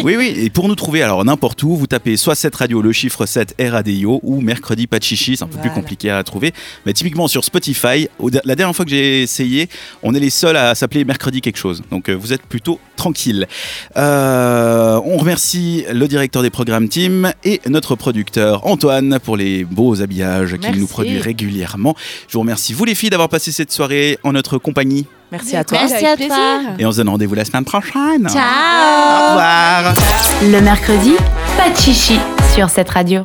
B: Oui, oui, et pour nous trouver, alors n'importe où, vous tapez soit 7 radio, le chiffre 7 RADIO ou mercredi pas de chichi, c'est un peu plus compliqué à trouver. Mais typiquement sur Spotify, au- la dernière fois que j'ai essayé, on est les seuls à s'appeler mercredi quelque chose. Donc euh, vous êtes plutôt tranquille. Euh, on remercie le directeur des programmes Team et notre producteur Antoine pour les beaux habillages qu'il
D: Merci.
B: nous produit régulièrement. Je vous remercie, vous les filles, d'avoir passé cette soirée en notre compagnie.
D: Merci à toi.
C: Merci à toi.
B: Et on se donne rendez-vous la semaine prochaine.
A: Ciao
B: Au revoir.
A: Le mercredi, pas de chichi sur cette radio.